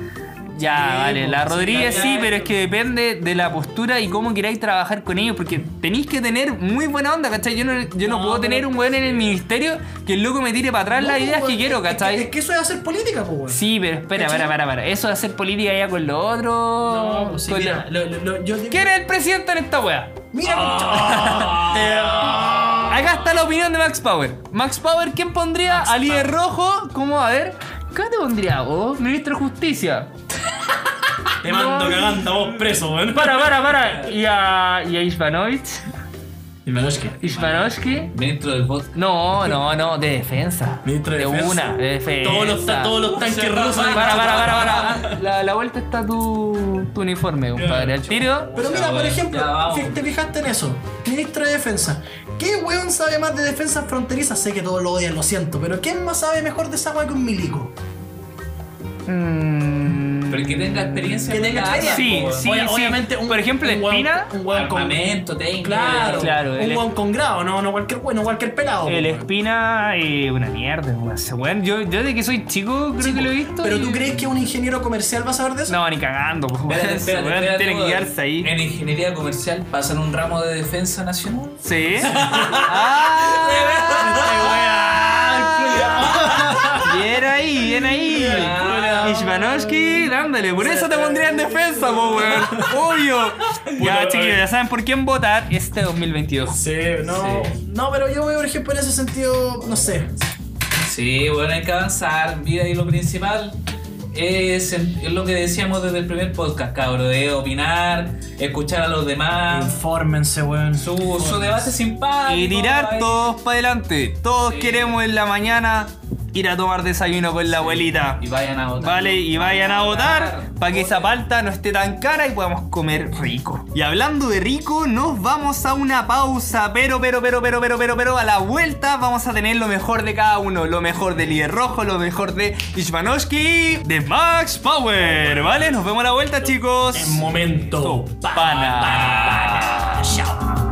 ya,
Sí,
vale,
pues,
la
sí,
Rodríguez
ya,
sí,
ya,
pero es
eso.
que depende de la postura y cómo queráis trabajar con ellos, porque tenéis que tener muy buena onda, ¿cachai? Yo no, yo no,
No,
puedo
pero-
tener un weón en el ministerio que el loco me tire para atrás
No,
las ideas
weón,
que quiero,
es
¿cachai?
Es que eso es hacer política, pues, weón.
Sí, pero espera,
¿Cachai?
para, para, para. Eso de hacer política ya con lo otro.
No, pues, sí,
con
mira,
lo-
lo, lo- lo- yo digo-
¿Quién es el presidente en esta wea?
Mira,
Ah,
Ah.
Acá está la opinión de Max Power. Max Power, ¿quién pondría al líder rojo? ¿Cómo? A ver. ¿Qué te pondría vos? Ministro de Justicia.
te
mando
cagando vos preso, weón.
Para, para, para. ¿Y a, y a Ivanovic?
Ivanovsky.
Ishmanovsky.
Ministro del vodka.
No, no, no, de defensa.
Ministro de defensa.
una, de defensa.
Todos los, ta- todos los tanques rusos.
Para, para, para, para. La, la vuelta está tu, tu uniforme, compadre. Al tiro.
Pero mira,
Ya,
por
bueno, ya
ejemplo,
vamos.
fi- te fijaste en eso. Ministro de Defensa. ¿Qué weón sabe más de defensa fronteriza? Sé que todos lo odian, lo siento, pero ¿quién más sabe mejor de esa weá que un milico?
Mm,
Pero que tenga experiencia.
Que
en
tenga
la
experiencia.
sí,
arma,
sí,
Oye,
sí.
obviamente un-
Por ejemplo,
un weón-
Espina.
un
po.
weón con
Armamento, técnica.
Claro,
Claro,
un
el-
weón con grado, no, no cualquier weón, no cualquier pelado.
El
weón.
espina eh, una mierda, weón. Ese weón, Yo, yo desde que soy chico creo
Sí,
que lo he
po.
visto.
Pero
y-
tú crees que un ingeniero comercial va a saber de eso?
No, ni cagando, po, weón.
Espérate,
Ese
espérate,
weón
espérate,
tiene que
weón.
quedarse ahí.
En ingeniería comercial pasan un ramo de defensa nacional.
Sí. ¡Ah! weón, culiao. Bien ahí, bien ahí.
culiao.
Ishmanovsky, dándole. Por eso te pondría en defensa, po, weón. Obvio. Ya,
Puta,
chiquillos,
eh.
ya saben por quién votar este 2022.
Sí, no. No, pero yo voy, por ejemplo, en ese sentido, no sé.
Sí, bueno, hay que avanzar, vida y lo principal es, es lo que decíamos desde el primer podcast, cabrón, de opinar, escuchar a los demás,
Infórmense, weón.
su, su debate simpático.
Y tirar
ahí.
todos para adelante. Todos
Sí.
queremos en la mañana ir a tomar desayuno con la abuelita.
Y vayan a votar.
Vale, y vayan a votar para que esa
Voten.
palta no esté tan cara y podamos comer rico. Y hablando de rico, nos vamos a una pausa, pero, pero, pero, pero, pero, pero, pero, a la vuelta vamos a tener lo mejor de cada uno, lo mejor de Líder Rojo, lo mejor de Ishmanovsky, de Max Power, ¿vale? Nos vemos a la vuelta, chicos.
En momento.
Pana.
Chao.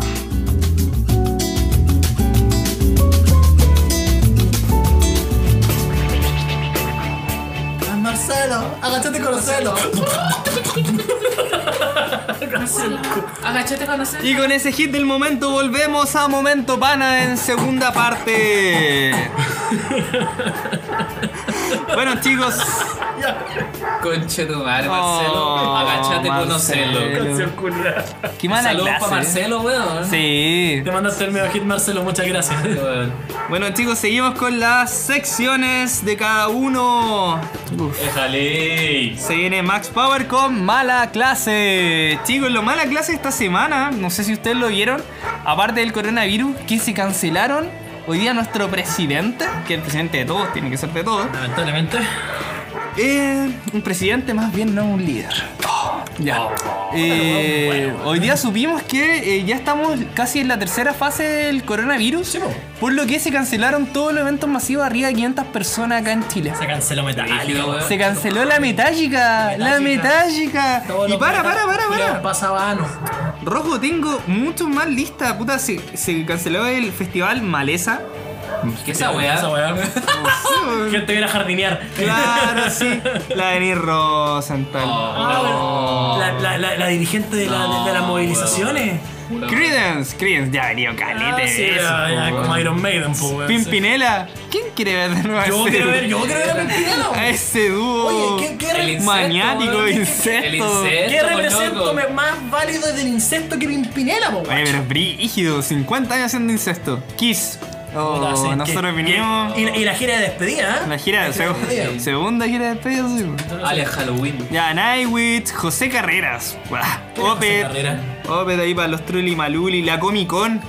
Marcelo, agachate con los celos.
Agachate con nosotros.
Y con ese hit del momento volvemos a Momento Pana en segunda parte. bueno chicos,
Conche tu madre,
Oh,
Marcelo. Agachate con
Marcelo.
nosotros.
qué mala
Saludos
clase. ¿eh?
para Marcelo, weón.
Sí.
Te mandaste el medio hit, Marcelo, muchas gracias.
Weón.
Bueno chicos, seguimos con las secciones de cada uno. Uf.
Déjale.
Se viene Max Power con Mala Clase. Chicos, lo Mala Clase esta semana, no sé si ustedes lo vieron, aparte del coronavirus, que se cancelaron. Hoy día nuestro presidente, que es el presidente de todos, tiene que ser de todos,
Lamentablemente.
Eh, un presidente más bien no un líder. Ya. Eh, hoy día supimos que eh, ya estamos casi en la tercera fase del coronavirus, por lo que se cancelaron todos los eventos masivos arriba de 500 personas acá en Chile.
Se canceló
Rígido,
metálico.
weón.
Se canceló la metálica, la metálica. Y para, para, para, para.
Pasaba ano.
Rojo, tengo mucho más lista, puta. Se, se canceló el festival Maleza.
¿Qué esa weá?
Gente viene a jardinear.
Claro, sí. La Denis
Oh,
Rosenthal.
Ah, la, la, la, la dirigente de, la, de, de las
No,
movilizaciones.
Creedence, Creedence, ya venía caleta
Ah, sí,
de eso.
ya, ya,
weón.
como Iron Maiden, po, weón,
Pimpinela, ¿quién quiere ver de nuevo a
sí. Yo
ese-
quiero ver, yo quiero ver a
Eh,
Pimpinela.
a ese dúo
Oye, ¿qué, qué,
El
re-
incesto,
maniático de
weón. El
insectos?
insecto.
qué
Esto,
represento
loco.
me- más válido es del insecto que Pimpinela, po, weón?
Oye, pero es brígido, 50 años haciendo incesto. Kiss. Oh,
Puta, sí,
nosotros
que-
vinimos.
Y, y la gira de despedida, ¿eh?
La gira,
La gira de
seg-
despedida.
segunda gira de despedida, sí.
Ah,
Alias Halloween.
Ya, Nightwitch, José Carreras. Buah,
¿Qué le pasa a
Opet.
Carrera?
Opet ahí para los Trulli Maluli. La Comic Con.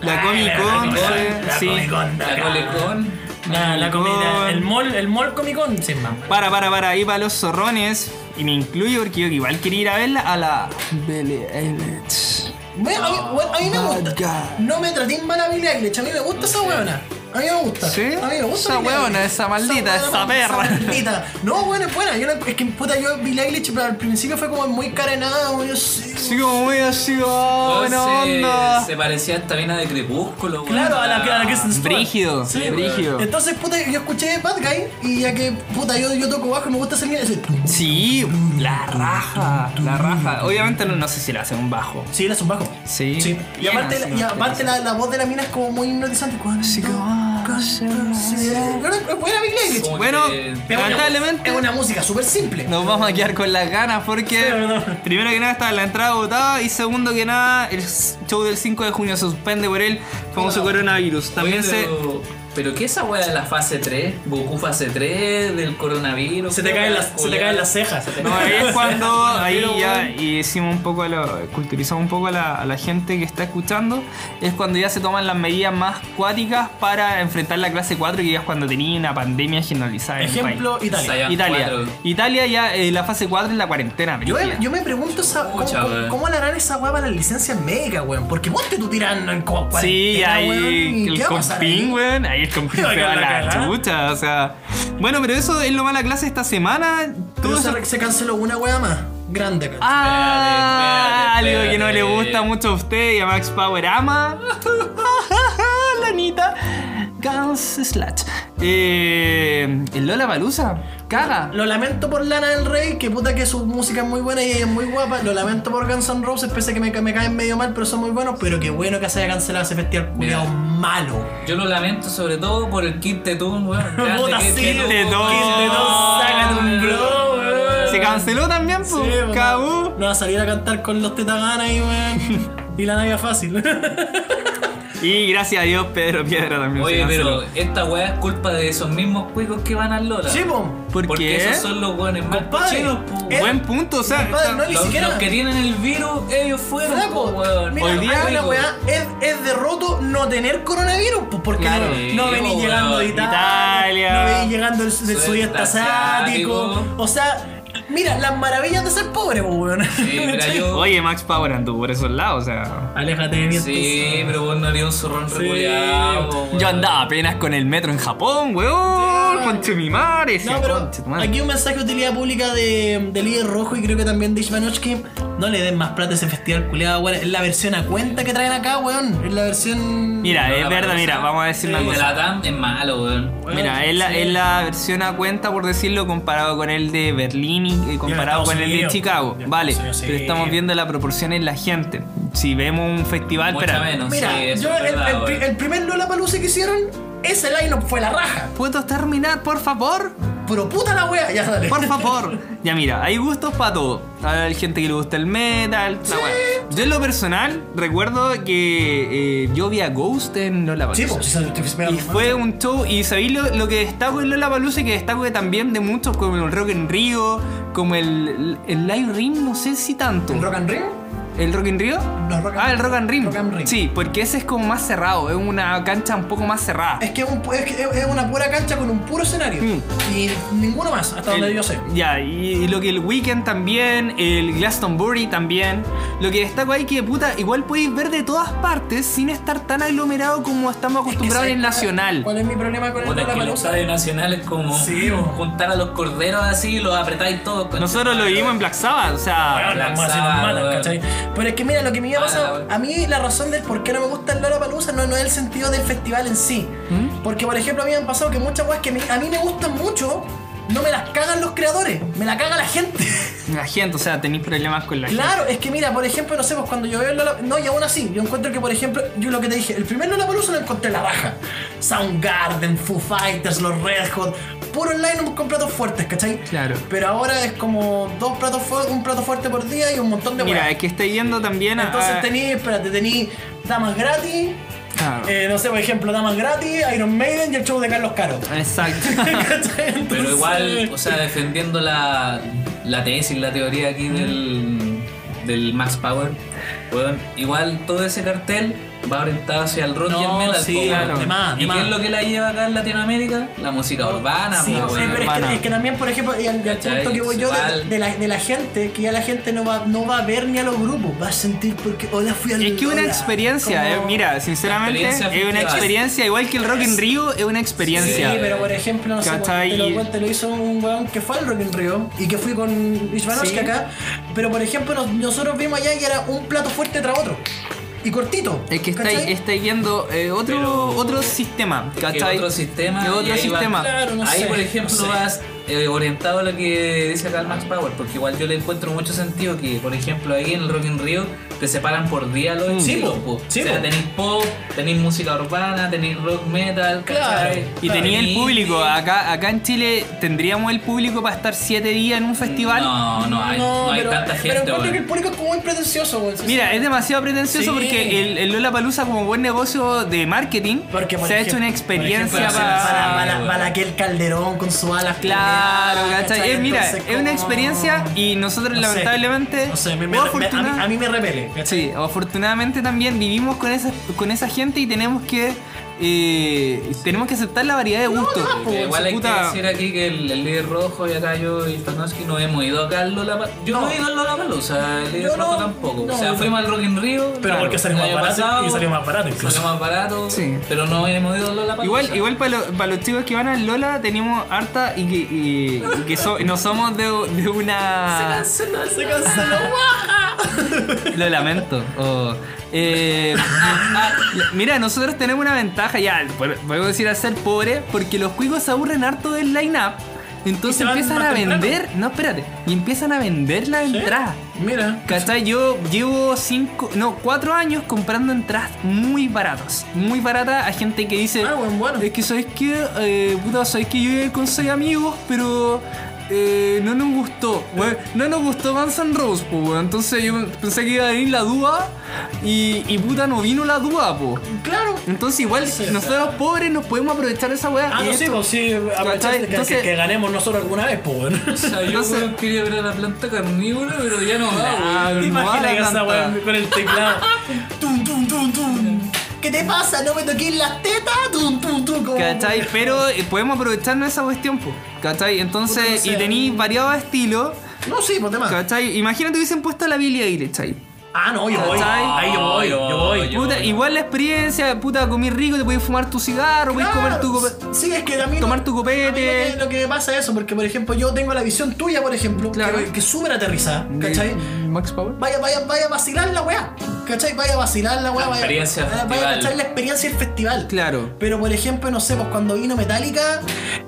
La
Ah,
Comic Con.
la-
eh,
la
sí.
Comic Con,
La
la-
Colecón.
La, la comida,
Con-
el mall, el mall Comic Con, sin más.
Para, para, para, ahí para los zorrones. Y me incluyo porque yo que igual quería ir a verla a la Billie Eilish.
Ve, a, mí, bueno, a mí me gusta.
Oh God.
No me tratéis mal a Billie Eilish. A mí me gusta esa huevona. A mí me gusta.
¿Sí?
A mí me gusta.
Esa
Billie Eilish.
huevona, esa maldita, esa
huevona,
perra.
esa maldita. No, bueno, es buena. Yo la- es que puta, yo Billie Eilish pero al principio fue como muy carenada. Yo sí.
Así como muy así, oh,
Ah,
buena
Entonces,
onda.
Se parecía a esta mina de Crepúsculo, weón.
Claro, a la, que- a la que se
Brígido,
Sí, weón.
brígido.
Entonces, puta, yo escuché Bad Guy y ya que, puta, yo, yo toco bajo y me gusta esa línea. ese-
Sí, la raja, la raja. Obviamente no, no sé si la hace un bajo.
Sí, era un bajo.
Sí.
Sí. Y
Bien,
aparte,
así,
la, y aparte la, la voz de la mina es como muy hipnotizante. Cuando
Sí, como, ah, sí,
sí. Pero es buena Billie Eilish.
Como
Bueno,
que-
Es una-
lamentablemente
Es una música súper simple.
nos vamos a quedar con las ganas
Sí,
porque
verdad.
primero que nada estaba la entrada votada y segundo que nada el show del 5 de junio se suspende por el famoso coronavirus. También
Oye,
se...
pero Pero ¿qué esa weá de la fase 3? Goku fase 3 del coronavirus.
Se te
¿Qué
caen
weá
las, se te
culiada?
caen las cejas.
No, ahí es cuando ahí
Pero,
ya
weón.
y hicimos un poco a la- culturizamos un poco a la, a la gente que está escuchando, es cuando ya se toman las medidas más cuáticas para enfrentar la clase 4 que ya es cuando tenía una pandemia generalizada
Ejemplo,
en el
Italia.
país.
Saiyan
Italia.
4.
Italia ya eh, la fase 4 es la cuarentena.
Yo,
brígida.
yo me pregunto esa, ¿cómo,
Chucha,
cómo-
weón.
cómo le harán esa weá para las licencias médicas, weón? Porque vos te tú tiran en como
Sí,
cuarentena,
ahí
weón, ¿y
el
qué va a pasar
compín,
ahí?
weón. Ahí el compín
Va a
se va a
quedar
la
la cagada.
chucha, o sea. Bueno, pero eso es lo mala clase esta semana.
Pero
Todo eso-
se, se canceló una weá más. Grande, weón.
Ah,
Espérate, espérate,
algo que no le
espérate.
gusta mucho a usted y a Max Power ama. Lanita. Guns Slash. Eh, el Lola Balusa. Caga.
Lo lamento por Lana del Rey, que puta que su música es muy buena y ella es muy guapa. Lo lamento por Guns N' Roses, pese a que me, ca- me caen medio mal, pero son muy buenos. Pero qué bueno que se haya cancelado ese festival culiao
Mira.
malo.
Yo lo lamento sobre todo por el Kid Tetun, weón. Grande
Puta, sí,
Kid Tetun,
Tetun.
weón.
Kid Tetun,
sácate un bro, weón.
Se canceló también,
Sí,
pues.
weón.
Cagú.
No va a salir a cantar con los tetaganas y weón. Y la navia fácil.
Y gracias a Dios, Pedro Piedra también. se
Oye,
canceló.
pero esta weá es culpa de esos mismos cuicos que van al Lola.
sí, po.
¿Por
Porque
qué?
esos son los weones más
Compadre,
cochinos, po,
eh,
Buen punto, o sea.
Compadre, no
está-
ni
Los,
siquiera-
los que tienen el virus, ellos fueron,
Flaco,
po, weón.
Mira,
Hoy día-
hay una weá, es, es derroto no tener coronavirus, pues, porque
Claro.
no, no venís
Sí,
llegando de
weón.
Italia,
Italia.
no venís llegando del, del
Sudeste
sudeste asiático.
asiático.
O sea, mira, las maravillas de ser pobre, pues, weón.
Sí, mira, yo-
Oye, Max Power anduvo por esos lados, o sea.
Aléjate de mí.
Sí, pero vos no harías un zorrón reculeado, po, weón.
Yo andaba apenas con el metro en Japón, weón.
Ya.
Conche mi madre.
No, pero aquí un mensaje de utilidad pública de, de Líder Rojo y creo que también de Ishvanochki. No le den más plata a ese festival culiado, weón. Es la versión a cuenta que traen acá, weón. Es la versión.
Mira,
No,
es
la
verdad,
verdad,
mira,
sí.
vamos a decir una
El de
cosa.
la TAM es malo, weón.
Mira, es la,
sí.
es la versión a cuenta, por decirlo, comparado con el de Berlín y- y comparado
Estados
con el de
Unidos.
Chicago.
Ya,
Vale,
Estados Unidos,
pero
sí.
estamos viendo la proporción en la gente. Si vemos un festival,
Mucha
espera.
menos.
Mira,
sí, eso
yo,
es
el,
verdad,
el pri-
weón.
el primer Lola Paluce que hicieron, ese line fue la raja.
¿Puedo terminar, por favor?
Pero puta la wea, ya dale.
Por favor. Ya mira, hay gustos para todo. Hay gente que le gusta el metal. la weá. Yo en lo personal recuerdo que eh, yo vi a Ghost en Lola
Sí, pues, sí, te- te-
Y fue un show, y sabéis lo, lo que destaco en Lola y que destaco que también de muchos, como el Rock en Río, como el, el Live Ring, no sé si tanto.
¿El Rock and Ring?
¿El Rock en Río?
No, Rock and-
ah, el Rock and Ring.
Rock and Ring.
Sí, porque ese es como más cerrado, es una cancha un poco más cerrada.
Es que es, un pu- es que es- es una pura cancha con un puro escenario.
Mm.
Y ninguno más, hasta donde
El-
yo sé.
Ya, y, y lo que el Weekend también, el Glastonbury también. Lo que destaco ahí que, puta, igual podéis ver de todas partes sin estar tan aglomerado como estamos acostumbrados
¿sabes
en el
cuál-
Nacional.
¿Cuál es mi problema con el
Puta, es
Lola
que los estadios nacionales como
Sí, weón.
juntar a los corderos así y los apretáis todos. concha
Nosotros lo
madre.
vimos en Black Sabbath, o sea.
Weón, las más así nos
Lanzada,
matan,
weón.
¿cachai?
Pero es que mira, lo que me iba a
Ah,
pasar,
bueno.
a mí la razón del por qué no me gusta el Lola Palusa no, no es el sentido del festival en sí. Porque, por ejemplo, a mí me han pasado que muchas weas que me- a mí me gustan mucho, no me las cagan los creadores, me la caga la gente.
La gente, o sea, tenéis problemas con la
Claro, es que mira, por ejemplo, no sé, pues cuando yo veo el Lola... No, y aún así, yo encuentro que, por ejemplo, yo lo que te dije, el primer Lola Palusa lo encontré la baja. Soundgarden, Foo Fighters, los Red Hot, puro line con platos fuertes, ¿cachai?
Claro.
Pero ahora es como dos platos fuertes, un plato fuerte por día y un montón de
gente. Mira, ah.
weas.
es que estáis yendo también a.
Entonces
a-
tení, espérate, tení damas gratis,
Claro.
eh, no sé, por ejemplo, damas gratis, Iron Maiden y el show de Carlos Caro.
Exacto.
¿Cachai? Entonces-
Pero igual, o sea, defendiendo la, la tesis, la teoría aquí del, del Max Power, weón, igual todo ese cartel va orientado hacia el rock y el
No,
metal.
sí,
po, weón.
claro.
de más, de
¿Y qué
más.
es lo que la lleva acá en Latinoamérica? La música urbana,
Sí,
po,
sí,
weón.
pero es
hermana.
que, es que también, por ejemplo, y al, y al
¿Cachai?
punto que voy yo de,
Igual.
de la, de la gente, que ya la gente no va, no va a ver ni a los grupos, va a sentir porque hola fui al
Es que una
hola,
experiencia, eh,
como-
mira, sinceramente,
Experiencia
es una
festival.
experiencia, igual que el Rock en Río, es una
Sí,
experiencia.
pero por ejemplo, no sé,
¿Cachai?
te lo, cuento, te lo hizo un weón que fue al Rock in Rio y que fui con Ishvanovsky
Sí.
acá, pero por ejemplo nos- nosotros vimos allá que era un plato fuerte tras otro y cortito.
Es que estáis
¿cachai?
estáis viendo eh, otro,
Pero-
otro sistema,
que
¿cachai?
otro sistema.
Que
y
otro
ahí va-
sistema.
Claro, no
ahí,
sé,
por ejemplo,
no sé.
vas eh, orientado a lo que dice acá el Max Power, porque igual yo le encuentro mucho sentido que, por ejemplo, ahí en el Rock in Rio te separan por día
Mm.
los
Sí,
estilos,
po,
po.
sí,
o sea,
po.
tenéis pop, tenéis música urbana, tenéis rock metal,
Claro,
¿cachai?
Y tenía el
Tenéis-
público, acá, acá en Chile tendríamos el público para estar siete días en un festival.
No, no hay.
No,
No, hay hay
pero,
tanta
pero
gente,
encuentro
weón.
que el público es como muy pretencioso, weón. Sí,
Mira,
sí.
es demasiado pretencioso
Sí.
porque el, el Lola Palusa como buen negocio de marketing
Porque, por
se ha hecho
ejemplo-
una
por
experiencia
ejemplo,
para...
Para, para,
weón.
para aquel calderón con su alas
Claro,
culeadas,
¿cachai? Eh, mira,
Entonces,
es una
como-
experiencia y nosotros
No sé.
lamentablemente...
No sé, me- me-
o
me- a, mí,
afortuna-
a mí me repele. ¿cachai?
Sí, afortunadamente también vivimos con esa, con esa gente y tenemos que... eh, tenemos que aceptar la variedad de gustos.
Porque Igual hay
Ah, pues, Puta.
que decir aquí que el, el líder rojo y acá yo y Tarnowski no hemos ido acá al Lola Yo no, he ido al Lola el líder
Yo no,
rojo tampoco.
no.
o sea, fuimos al Rock in Rio.
Pero
claro,
porque salió
el
más
año
barato
pasado,
y salió más barato incluso.
Salió más barato,
Sí.
pero no hemos ido al Lola
Igual, igual para, los chicos que van al Lola tenemos harta y que, y- y que so- no somos de, de una...
Se canceló,
Lo lamento. o, eh, ah, ah, mira, nosotros tenemos una ventaja ya, pod- podemos decir a ser pobre, porque los cuicos se aburren harto del line-up.
Y
Entonces
se van
empiezan
más
a
temprano.
vender, no espérate, y empiezan a vender la entrada.
Mira.
¿Cachai? Yo llevo cinco, no, cuatro años comprando entradas muy baratas. Muy baratas a gente que dice.
Ah, bueno, bueno.
Es que sabéis que, eh, puta, sabéis que yo iba con seis amigos, pero. eh, no nos gustó, weón. No nos gustó Guns N' Roses, po, weón. Entonces yo pensé que iba a venir la duda y, y puta, no vino la duda, po.
Claro.
Entonces igual
Sí.
nosotros los pobres nos podemos aprovechar de esa weá.
Ah,
Y
no, sí,
esto-
pues sí, aprovechar que,
Entonces-
que, que ganemos nosotros alguna vez, pues, weón.
O sea, yo
Entonces-
weón, quería ver a la planta carnívora, pero ya no va, weón.
Ah, no va
Imagina
la
que esa
planta.
weón con el teclado. tum, tum, tum, tum. ¿Qué te pasa? ¿No me toqué las tetas? Tum, tum, tum. como-
¿Cachai? Pero eh, podemos aprovecharnos esa cuestión, po. ¿Cachai?
Puta, no
Entonces,
sé.
y tenéis variados estilos,
No, sí, por tema.
¿cachai? Imagínate que hubiesen puesto la Billie Eilish, ¿cachai?
Ah, no, yo voy.
¿Cachai?
Ahí yo voy, yo voy.
Yo-
Puta,
yo-
igual la experiencia, puta, comí rico, te podéis fumar tu cigarro, podéis comer tu cope-
Ah, Sí, es que también.
tomar tu copete.
A mí Lo que, lo que me pasa es eso, porque por ejemplo yo tengo la visión tuya, por ejemplo,
Claro.
que, que es súper aterrizada, ¿cachai?
Mm, Max Power.
Vaya, vaya, vaya a vacilar la weá, ¿cachai? Vaya a vacilar la weá,
La
vaya,
experiencia
vaya a
festival.
cachar la experiencia del festival.
Claro.
Pero por ejemplo, no sé, pues cuando vino Metallica,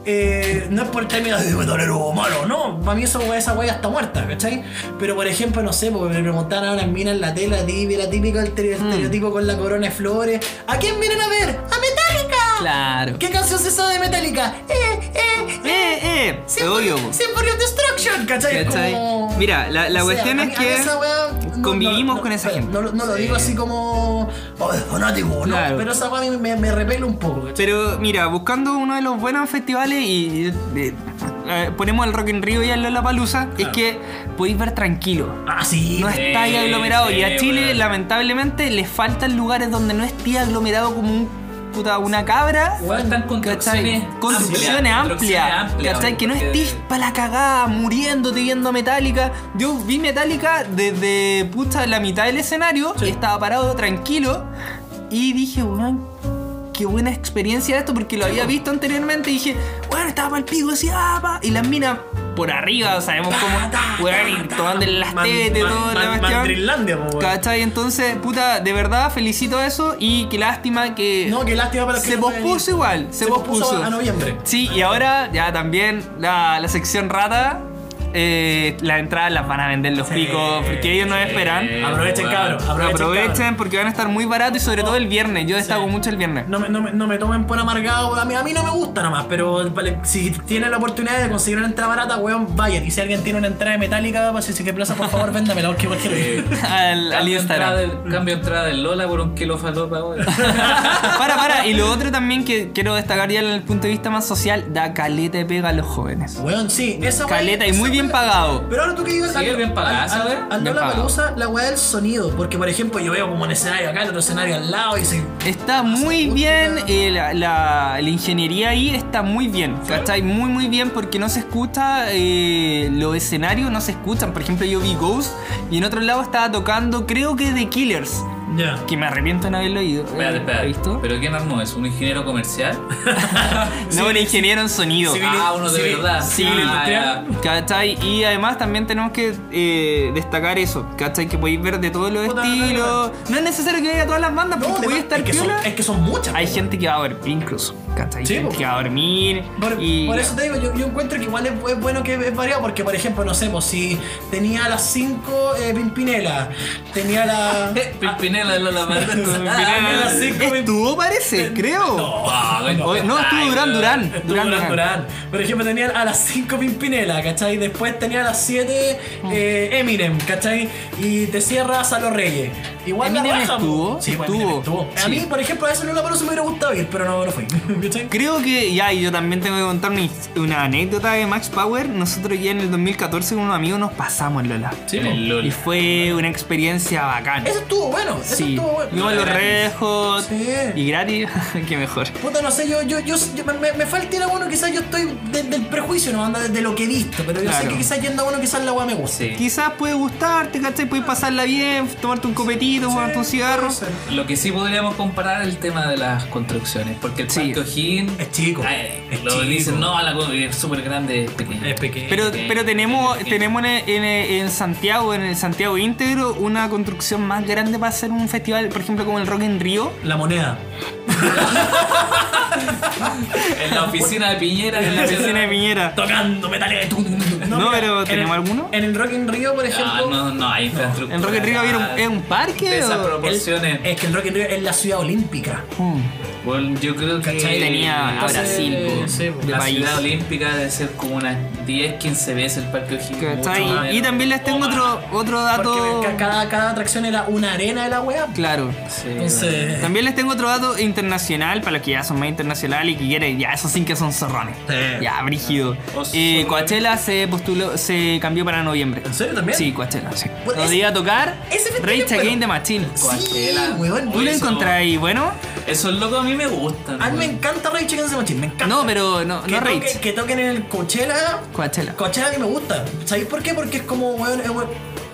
eh, no es por el término de metalero malo, no. Para mí eso, esa weá está muerta, ¿cachai? Pero por ejemplo, no sé, porque me preguntaron a unas minas en la tela, tibia, la típica, el
Mm.
tere- estereotipo con la corona de flores. ¿A quién vienen a ver? ¡A Metallica!
Claro.
¿Qué canción se sabe de Metallica? Eh, eh, eh.
Eh, eh, te odio, po.
Symphony of Destruction, ¿cachai?
¿Cachai?
Como-
Mira, la- la cuestión
a
es
mí-
que
a mí esa weá- no-
convivimos
no-
con esa
no-
gente.
No, no lo digo así como. Oh, es fanático,
Claro.
no. Pero esa weá a mí me, me repele un poco, ¿cachai?
Pero mira, buscando uno de los buenos festivales y eh, eh, eh, ponemos el Rock in Rio y al Lollapalooza, es que podéis ver tranquilo.
Ah, sí.
No
Sí,
está ahí aglomerado. y a
sí,
Chile,
weón.
lamentablemente, le faltan lugares donde no esté aglomerado como un, puta, una cabra.
Igual están construcciones
¿Cachai? Construcciones amplias.
amplias,
¿Cachai? Que no
porque-
estés para la cagada, muriéndote viendo Metallica. Yo vi Metallica desde puta la mitad del escenario, estaba parado tranquilo. Y dije, weón, qué buena experiencia esto, porque lo había visto anteriormente y dije, weón, estaba pal pico, así, ah, pa", Y las minas por arriba, sabemos cómo, weón, y tomando las
Man-
tetas y
man-
todo,
man-
la cuestión.
Mandrilandia, po, weón.
¿Cachai? Entonces, puta, de verdad felicito eso y qué lástima que.
No, qué lástima para los que
se
no pueden
pospuso
ir.
igual, se, pospuso.
a noviembre.
Sí, y ahora ya también la, la sección rata, eh, las entradas las van a vender los picos, porque ellos no esperan.
Aprovechen,
weón.
cabros. Aprovechen. cabros.
Aprovechen porque van a estar muy baratos y sobre todo el viernes. Yo destaco mucho el viernes.
No me, no, me, no me tomen por amargado, a mí, a mí no me gusta nomás, pero vale, si tienen la oportunidad de conseguir una entrada barata, weón, vayan. Y si alguien tiene una entrada metálica, para si se que plaza, por favor, véndamela, porque igual quiero ir.
al, al
Cambio entrada
Instagram.
del- Cambio entrada del Lola por un kilo falopa, weón.
Para, para. Y lo otro también que quiero destacar ya desde el punto de vista más social, da caleta de pega a los jóvenes.
Weón, sí, esa weá-
Caleta y muy
esa
bien
weá-
pagado.
Pero ahora tú que digas
Sí, bien pagada esa weá.
Bien
Ando la
pagada.
palusa, la weá del sonido. Porque, por ejemplo, yo veo como un escenario acá, el otro escenario al lado y se.
Está muy bien, eh, la, la- la ingeniería ahí está muy bien, ¿cachai? Muy, muy bien porque no se escucha, eh, los escenarios no se escuchan. Por ejemplo, yo vi Ghost y en otro lado estaba tocando, creo que The Killers,
Ya.
que me arrepiento de no haberlo oído.
Espérate,
eh,
espérate.
¿Visto?
¿Pero quién armó eso? ¿Un ingeniero comercial?
no, el ingeniero en sonido.
ah, uno de
civil-
verdad.
civil
Ah,
industrial.
ya.
¿Cachai? Y además también tenemos que eh, destacar eso, ¿cachai? Que podéis ver de todos los
Puta,
estilos. No es necesario que vea todas las bandas,
No,
porque
de-
podéis estar
es, que son,
piola.
es que son muchas.
Hay
weón.
gente que va a ver Pink incluso. ¿Cachai?
Sí,
Gente
po.
que va a dormir.
Por,
y,
por eso te digo, yo, yo encuentro que igual es, es bueno que es variado, porque por ejemplo, no sé, pues, si tenía a las 5 eh, Pimpinela, tenía a la.
Pimpinela es la verdad.
a las 5
Estuvo, parece, creo.
No,
Oye, no, estuvo Durán, Durán.
Durán, Durán,
Durán.
Por ejemplo, tenía a las 5 Pimpinela, ¿cachai? Después tenía a las 7
Mm.
Eminem, ¿cachai? Y te cierras a los Reyes. Igual la
Eminem
raja, po.
estuvo,
Sí, pues, Eminem
estuvo.
estuvo. A mí, por ejemplo, a eso no la se me hubiera gustado ir, pero no, no fui. ¿cachai?
Creo que ya, y yo también tengo que contar una, his- una anécdota de Max Power. Nosotros ya en el 2014 con unos amigos nos pasamos en Lola.
Sí, po.
Y fue una experiencia bacana.
Eso estuvo bueno, eso
Sí,
estuvo bueno.
vimos los rejos
Sí.
y gratis, qué mejor.
Puta, no sé, yo, yo, yo, yo- me, me falta ir a uno, quizás yo estoy desde el prejuicio, no anda desde lo que he visto, pero yo sé
Claro.
que quizás yendo a uno, quizás la weá me guste.
Sí.
Quizás puede gustarte, ¿cachai? Puedes pasarla bien, tomarte un copetito, fumarte un cigarro.
puede ser.
Lo que sí podríamos comparar es el tema de las construcciones, porque el
Sí.
Parque O'Higgins
Es chico,
ay,
es
lo
chico.
dicen, no, la co- es súper grande, es pequeño.
Es pequeño.
Pero,
Sí,
pero tenemos,
sí.
tenemos en, en- en Santiago, en el Santiago íntegro, una construcción más grande para hacer un festival, por ejemplo, como el Rock en Río.
La moneda.
En la oficina de Piñera,
En la piscina de Piñera.
Tocando metales.
No, pero ¿tenemos
en el-
alguno?
En el Rock in Rio, por ejemplo.
Ah, no, no, hay infraestructura.
¿En Rock en Río había un-
Ah,
es un parque
De esas
o-
proporciones.
Es que el Rock in Rio es la ciudad olímpica.
Hmm.
Bueno, yo creo que.
¿Cachai? Tenía a
Entonces,
Brasil, po,
sí, po.
de
la
país.
ciudad olímpica debe ser como unas 10, 15 veces el Parque O'Higgins.
¿Cachai?
mucho más.
Y también les tengo otro, otro dato.
Porque ca- cada, cada atracción era una arena de la weá.
Claro.
Sí,
Entonces.
También les tengo otro dato internacional para los que ya son más internacionales y que quieren, ya esos sí que son zorrones.
Sí. Oh,
Ya, brígido.
O
Eh,
zorrones.
Coachella se postuló, se cambió para noviembre.
¿En serio también?
Sí, Coachella, sí.
Bueno,
Nos
ese-
iba a tocar
ese festival
Rage
es bueno.
Against the Machine.
Sí,
Coachella.
¿Tú
weón.
lo
Oye, eso-
encontráis bueno?
Esos locos a mí me gustan.
A mí me
weón.
encanta Rage Against the Machine, me encanta.
No, pero no,
que,
no
toque-
Rage.
que toquen en el Coachella.
Coachella.
Coachella a mí me gusta. ¿Sabéis por qué? Porque es como, weón, eh, weón,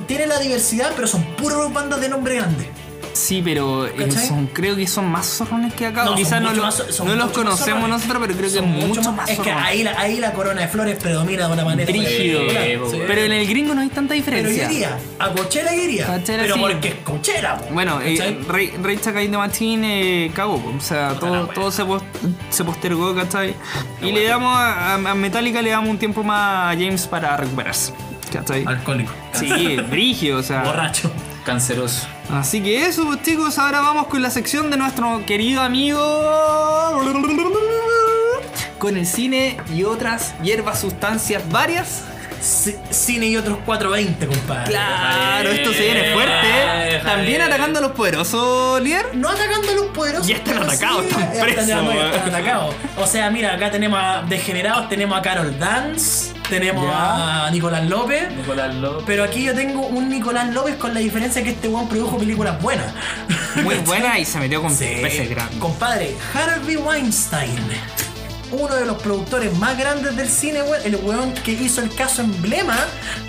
tiene la diversidad, pero son puros bandas de nombre grande.
Sí, pero eh,
¿Cachai?
son, creo que son más zorrones que acá. o
No, son
quizás no,
mucho
lo-
más- son
no los
mucho más
conocemos
zorrones.
nosotros, pero creo que
Son
es mucho más
Es que
zorrones.
ahí la, ahí la corona de flores predomina de una manera.
Brígido.
espectacular.
Sí,
Pero en el gringo no hay tanta
Pero yo
diferencia.
iría, a Coachella yo iría.
Coachella
pero
sí.
porque es Coachella. po,
Bueno, eh,
¿cachai?
Rey, Rey Chacaín de Machín eh, cagó, po. o sea,
la
todo,
wea.
todo se, pos- se postergó, ¿cachai? Y le damos a, a Metallica le damos un tiempo más a James para recuperarse, ¿cachai?
Alcohólico.
Sí, brígido, o sea.
Borracho.
Canceroso.
Así que eso, pues chicos, ahora vamos con la sección de nuestro querido amigo. Con el cine y otras hierbas, sustancias varias.
C- cine y otros 420, compadre.
Claro, esto se viene fuerte. ¿eh? También atacando a los poderosos, líder.
No atacando a los poderosos.
Ya están
pero
atacados,
sí,
están
ya
presos,
ya
weón.
están atacados. O sea, mira, acá tenemos a Degenerados, tenemos a Carol Dance, tenemos
Ya.
a Nicolás López.
Nicolás López.
Pero aquí yo tengo un Nicolás López con la diferencia que este weón produjo películas buenas.
Muy buena y se metió con
Sí.
peces grandes.
Compadre, Harvey Weinstein. Uno de los productores más grandes del cine, weón, el weón que hizo el caso emblema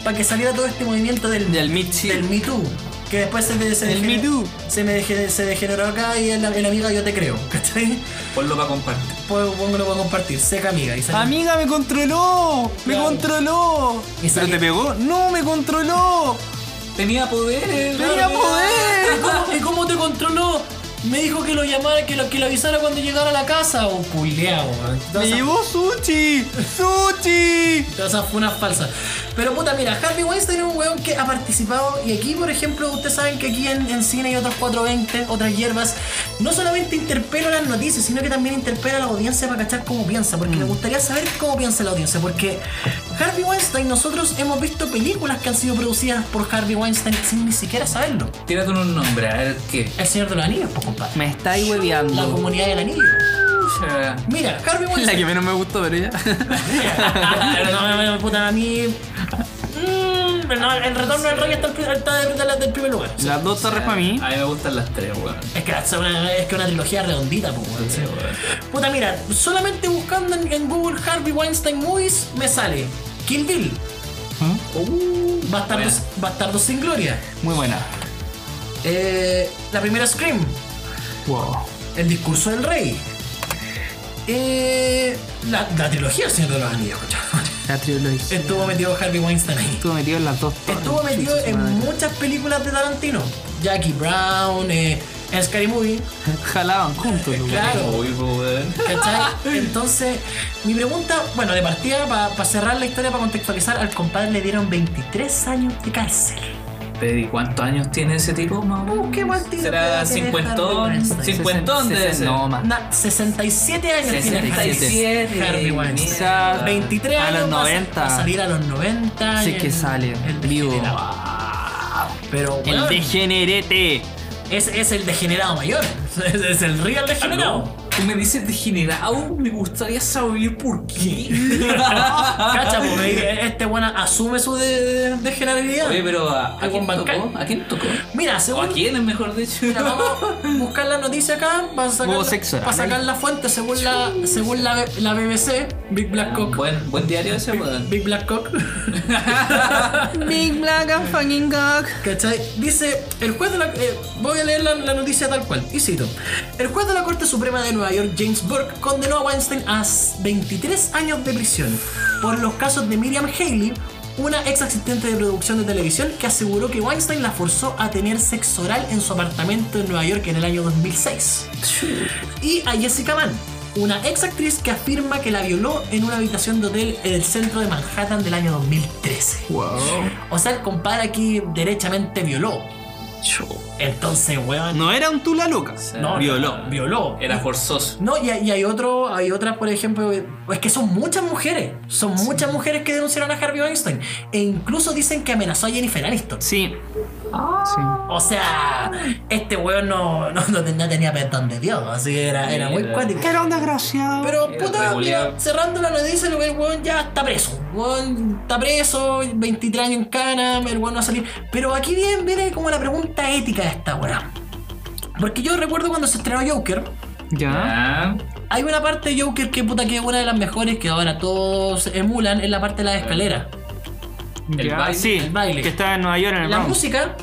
para que saliera todo este movimiento del,
Del Me Too.
del Me Too, Que después se, de- se
Del Me
degeneró-
Too.
se me dege- se degeneró acá y en la, en la amiga yo te creo. ¿Cachai?
Ponlo para compartir.
Pues pongo lo voy a compartir, seca amiga. Y salió-
Amiga, me controló, me
Claro.
controló.
Y
¿Pero
salió-
te pegó? No, me controló.
Tenía eh. poderes.
Tenía
¿no?
¿Y
poder.
cómo- ¿Y cómo te controló? Me dijo que lo llamara, que lo, que lo avisara cuando llegara a la casa. O puleado, weón.
Me
Entonces-
llevó sushi, sushi.
Todas esas funas falsas. Pero puta, mira, Harvey Weinstein es un weón que ha participado. Y aquí, por ejemplo, ustedes saben que aquí en, en cine y otros 420, otras hierbas, no solamente interpela las noticias, sino que también interpela a la audiencia para cachar cómo piensa. Porque me gustaría saber cómo piensa la audiencia. Porque Harvey Weinstein, nosotros hemos visto películas que han sido producidas por Harvey Weinstein sin ni siquiera saberlo.
Tírate un nombre, a ver qué.
El Señor de los Anillos, pues compadre.
Me estáis
La
hueveando.
comunidad del anillo.
Pucha.
Mira, Harvey
La
Weinstein.
que menos me gustó, pero ya.
Pero no, no, no, puta, a mí. Mm, no, el retorno del rey está, al pri- está de- de la- del primer lugar.
Las dos torres para mí.
A mí me gustan las tres, weón.
Es que es una, es que una trilogía redondita, po, weón.
Sí, weón.
Puta, mira, solamente buscando en, en Google Harvey Weinstein Movies me sale Kill Bill. Uh, Bastardos, Bastardos sin Gloria.
Muy buena.
Eh, la primera Scream.
Wow.
El discurso del rey. Eh, la, la trilogía del Señor de los Anillos, concha.
La trilogía.
Estuvo metido Harvey Weinstein ahí.
Estuvo metido en las dos torres.
Estuvo metido
Chucha,
en
madre.
muchas películas de Tarantino. Jackie Brown, eh,
el Scary Movie.
Jalaban juntos, weón.
Claro.
Uy, po, weón.
¿Cachai? Entonces, mi pregunta, bueno, de partida, para cerrar la historia, para contextualizar, al compadre le dieron 23 años de cárcel.
Pedí, ¿cuántos años tiene ese tipo? más o menos?
Uh, qué buen tipo,
¿Será
debe tener
cincuentón?
Harvey Weinstein.
¿Cincuentón debe ser?
No, más.
Na- 67 años tiene
67.
Harvey Weinstein.
O sea,
23
a
años
los
va sa-
90.
va a salir a los 90.
Sí
y
que sale,
el
vivo.
degenerado. Pero
El
weón,
degenerete.
es, es el degenerado mayor. Es, es el real degenerado.
Tú me dices degenerado, me gustaría saber por qué.
Cacha, porque este bueno asume su de, de- degenerabilidad.
Oye, pero ¿a, a quién
Algún bancal.
tocó? ¿A quién tocó?
Mira,
¿O a
según
quién, mejor dicho?
Mira, vamos a buscar la noticia acá para sacar,
Homosexual.
para sacar la fuente según la según la, la BBC, Big
Ah,
Black Cock.
Buen, buen diario ese, weón.
Big Black Cock.
Big black and fucking cock.
¿Cachai? Dice, el juez de la... eh, voy a leer la, la noticia tal cual. Y cito. El juez de la Corte Suprema de Nueva York, James Burke, condenó a Weinstein a s- 23 años de prisión por los casos de Miriam Haley, una ex asistente de producción de televisión que aseguró que Weinstein la forzó a tener sexo oral en su apartamento en Nueva York en el año 2006. Y a Jessica Mann. Una ex actriz que afirma que la violó en una habitación de hotel en el centro de Manhattan del año 2013. O sea, el compadre aquí derechamente violó. Entonces, weón.
No era un tula Lucas.
No,
violó.
Violó.
Era forzoso.
No, y, hay- y hay otro, hay otras, por ejemplo, es que son muchas mujeres. Son muchas mujeres que denunciaron a Harvey Weinstein. E incluso dicen que amenazó a Jennifer Aniston.
Sí.
O sea, este weón no, no, no tenía, tenía perdón de Dios. Así que era, era muy
Mira.
cuático.
Era un desgraciado.
Pero
Mira,
puta,
reguleado.
mira, cerrando la noticia, el weón ya está preso. El weón está preso, 23 años en cana, el weón no va a salir. Pero aquí bien viene como la pregunta ética de esta weá. Porque yo recuerdo cuando se estrenó Joker,
Ya.
Ah,
hay una parte de Joker que puta que es una de las mejores que ahora todos emulan, es la parte de las escaleras.
El
ya.
baile,
Sí,
el baile.
que estaba en Nueva York en el
La
Bronx.
música,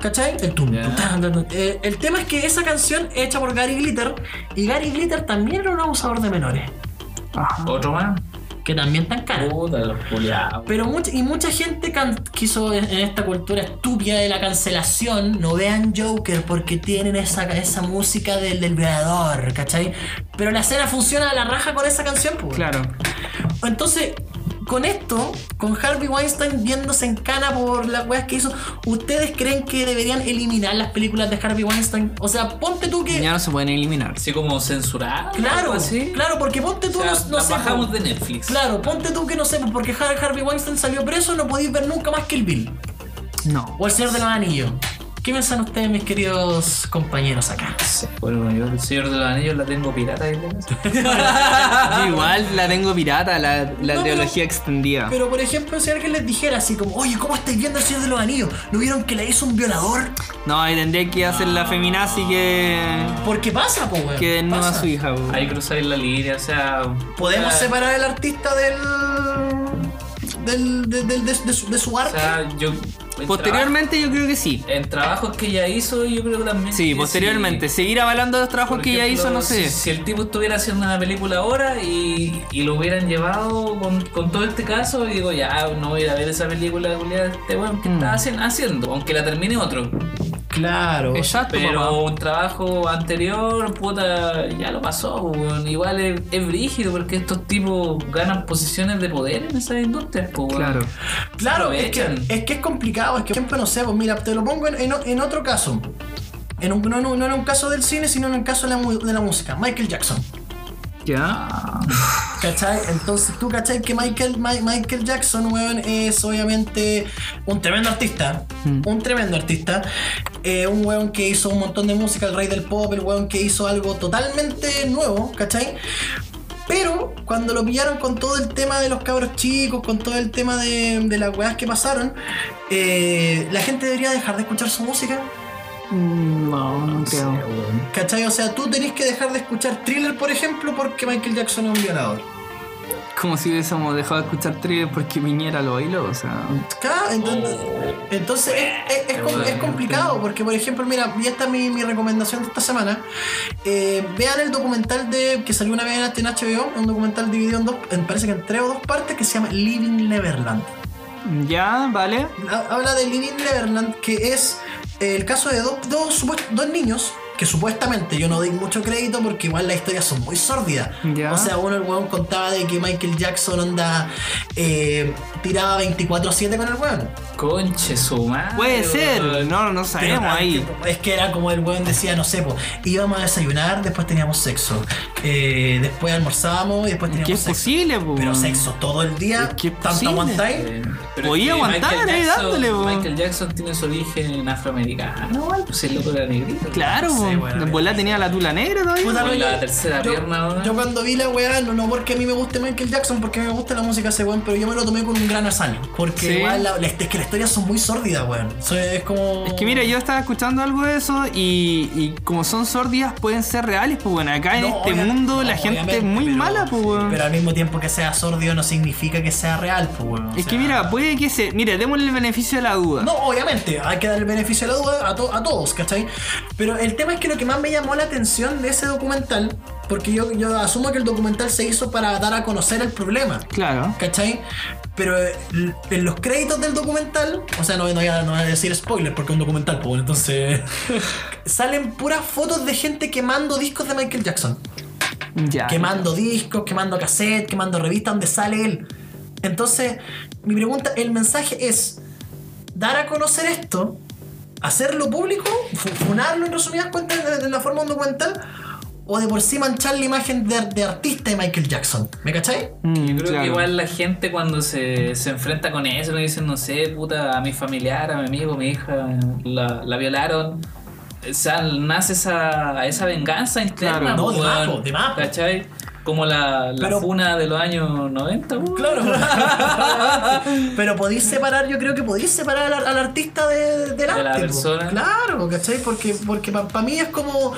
¿cachai? El, tum,
Ya.
tum, tan, tan, tan. Eh, el tema es que esa canción es hecha por Gary Glitter y Gary Glitter también era un abusador de menores,
¿Ah? otro más.
que también tan cara.
Puta, los culiados.
Pero mucha, y mucha gente can- quiso en en esta cultura estúpida de la cancelación, no vean Joker porque tienen esa, esa música del, del violador, ¿cachai? Pero la escena funciona a la raja con esa canción, pues.
Claro.
Entonces, con esto, con Harvey Weinstein viéndose en cana por las weas que hizo, ¿ustedes creen que deberían eliminar las películas de Harvey Weinstein? O sea, ponte tú que...
Ya no se pueden eliminar.
Así como censurado.
Claro,
así.
claro, porque ponte tú...
pues, O sea,
no- no
las
sé,
bajamos
po.
de Netflix.
Claro, ponte tú que no sé, pues, porque Har- Harvey Weinstein salió preso, no podéis ver nunca más que el Bill.
No.
O el Señor de los Anillos. ¿Qué piensan ustedes, mis queridos compañeros acá?
Bueno, yo el Señor de los Anillos la tengo pirata ahí en la casa.
Yo igual la tengo pirata, la, la
No, pero-
teología extendida.
Pero, por ejemplo, si alguien les dijera así como, oye, ¿cómo estáis viendo el Señor de los Anillos? ¿No vieron que la hizo un violador?
No, ahí tendría que hacer la feminazi que.
Porque pasa, po, weón.
que no Ah. a
Pasa.
su hija, po.
Ahí cruzáis la línea, o sea.
Podemos
o sea,
separar al artista del... del, del, del- de, de su, de su
O
arte.
sea, yo. en
Posteriormente, yo creo que sí.
traba- en trabajos que ella hizo, yo creo que también.
Sí,
que
posteriormente. Seguir avalando los trabajos
Por
que ella
ejemplo,
hizo, no sé.
Si, si el tipo estuviera haciendo una película ahora y, y lo hubieran llevado con, con todo este caso, y digo, ya, no voy a ir a ver esa película culiá, este weón que
Mm.
está hacen- haciendo, aunque la termine otro.
claro.
Exacto,
Pero
papá.
un trabajo anterior, puta, ya lo pasó, weón. Igual es, es brígido porque estos tipos ganan posiciones de poder en esas industrias, po, weón.
Claro.
Claro, es que,
Aprovechan.
es que es complicado, es que por ejemplo, no sé, pues mira, te lo pongo en, en o- en otro caso. En un- no, no- no en un caso del cine, sino en un caso de la, mu- de la música. Michael Jackson.
Ya.
¿Cachai? Entonces tú, ¿cachai? Que Michael, Mi- Michael Jackson, weón, es obviamente un tremendo artista. Un tremendo artista. Eh, un weón que hizo un montón de música, el rey del pop, el weón que hizo algo totalmente nuevo, ¿cachai? Pero cuando lo pillaron con todo el tema de los cabros chicos, con todo el tema de, de las weas que pasaron, eh, la gente debería dejar de escuchar su música.
No, no creo.
¿Cachai? O sea, tú tenés que dejar de escuchar thriller, por ejemplo, porque Michael Jackson es un violador.
Como si hubiésemos dejado de escuchar thriller porque viniera lo bailó, o sea.
Claro, entonces, entonces es, es- es com- es complicado porque, por ejemplo, mira, y esta es mi, mi recomendación de esta semana. Eh, vean el documental de que salió una vez en HBO, un documental dividido en dos, en- parece que en tres o dos partes, que se llama Living Neverland.
Ya, vale.
eh, Ha- Habla de Living Neverland, que es el caso de dos, dos supuest- dos niños que supuestamente yo no doy mucho crédito porque igual las historias son muy sórdidas.
Ya.
O sea, uno el weón contaba de que Michael Jackson onda eh, tiraba 24-7 con el weón.
Conche su madre.
Puede ser,
weón.
no, no sabemos ahí.
Es que era como el weón decía, no sé, pues, íbamos a desayunar, después teníamos sexo. Eh, después almorzábamos y después teníamos
¿Qué es
sexo.
posible, po?
Pero sexo todo el día,
Es que es
tanto
posible.
aguantáis.
Eh,
Podía
es que
aguantar,
Michael
eh,
ahí
Jackson-
dándole, weón.
Michael Jackson tiene su origen afroamericano, weón, pues el loco era negrito.
Claro,
Sí,
po.
bueno,
en volá tenía la tula negra todavía.
Puta,
Con
pero
la
yo-
tercera
yo,
pierna ahora.
yo cuando vi la weá, no, no porque a mí me guste Michael Jackson, porque me gusta la música de ese weón, pero yo me lo tomé con un grano de sal. Porque
Sí.
igual la- la- es que las historias son muy sórdidas, weón. Eso es como.
Es que mira, yo estaba escuchando algo de eso y, y como son sordias pueden ser reales, pues bueno, acá en
No,
este
obvia-
mundo
no,
la gente es
obviamente,
muy
pero-
mala, pues
sí,
weón.
Pero al mismo tiempo que sea sordio no significa que sea real, pues weón. O
Es que
sea,
mira, puede que se... Mira, démosle el beneficio de la duda.
No, obviamente, hay que dar el beneficio de la duda a, to- a todos, ¿cachai? Pero el tema es que lo que más me llamó la atención de ese documental, porque yo, yo asumo que el documental se hizo para dar a conocer el problema.
Claro.
¿Cachai? Pero eh, l- en los créditos del documental, o sea, no, no voy, a, no voy a decir spoiler porque es un documental, pues entonces. salen puras fotos de gente quemando discos de Michael Jackson.
Ya.
Quemando discos, quemando cassette, quemando revistas donde sale él. Entonces, mi pregunta, el mensaje es: dar a conocer esto, hacerlo público, fu- funarlo en resumidas cuentas de, de la forma de un documental, o de por sí manchar la imagen de, de artista de Michael Jackson. ¿Me cachai?
Mm,
Yo creo
claro.
que igual la gente cuando se, se enfrenta con eso, le dicen, no sé, puta, a mi familiar, a mi amigo, mi hija, la, la violaron. O sea, nace esa, esa venganza interna.
Claro.
pues,
No, de más,
weón.
po, de más, po.
¿Cachai? Como la, la
Pero-
funa de los años pues. 90, weón.
Claro. Pero podéis separar, yo creo que podéis separar al, al artista de, del arte.
la
po.
persona.
Claro, ¿cachai? Porque, porque para mí es como,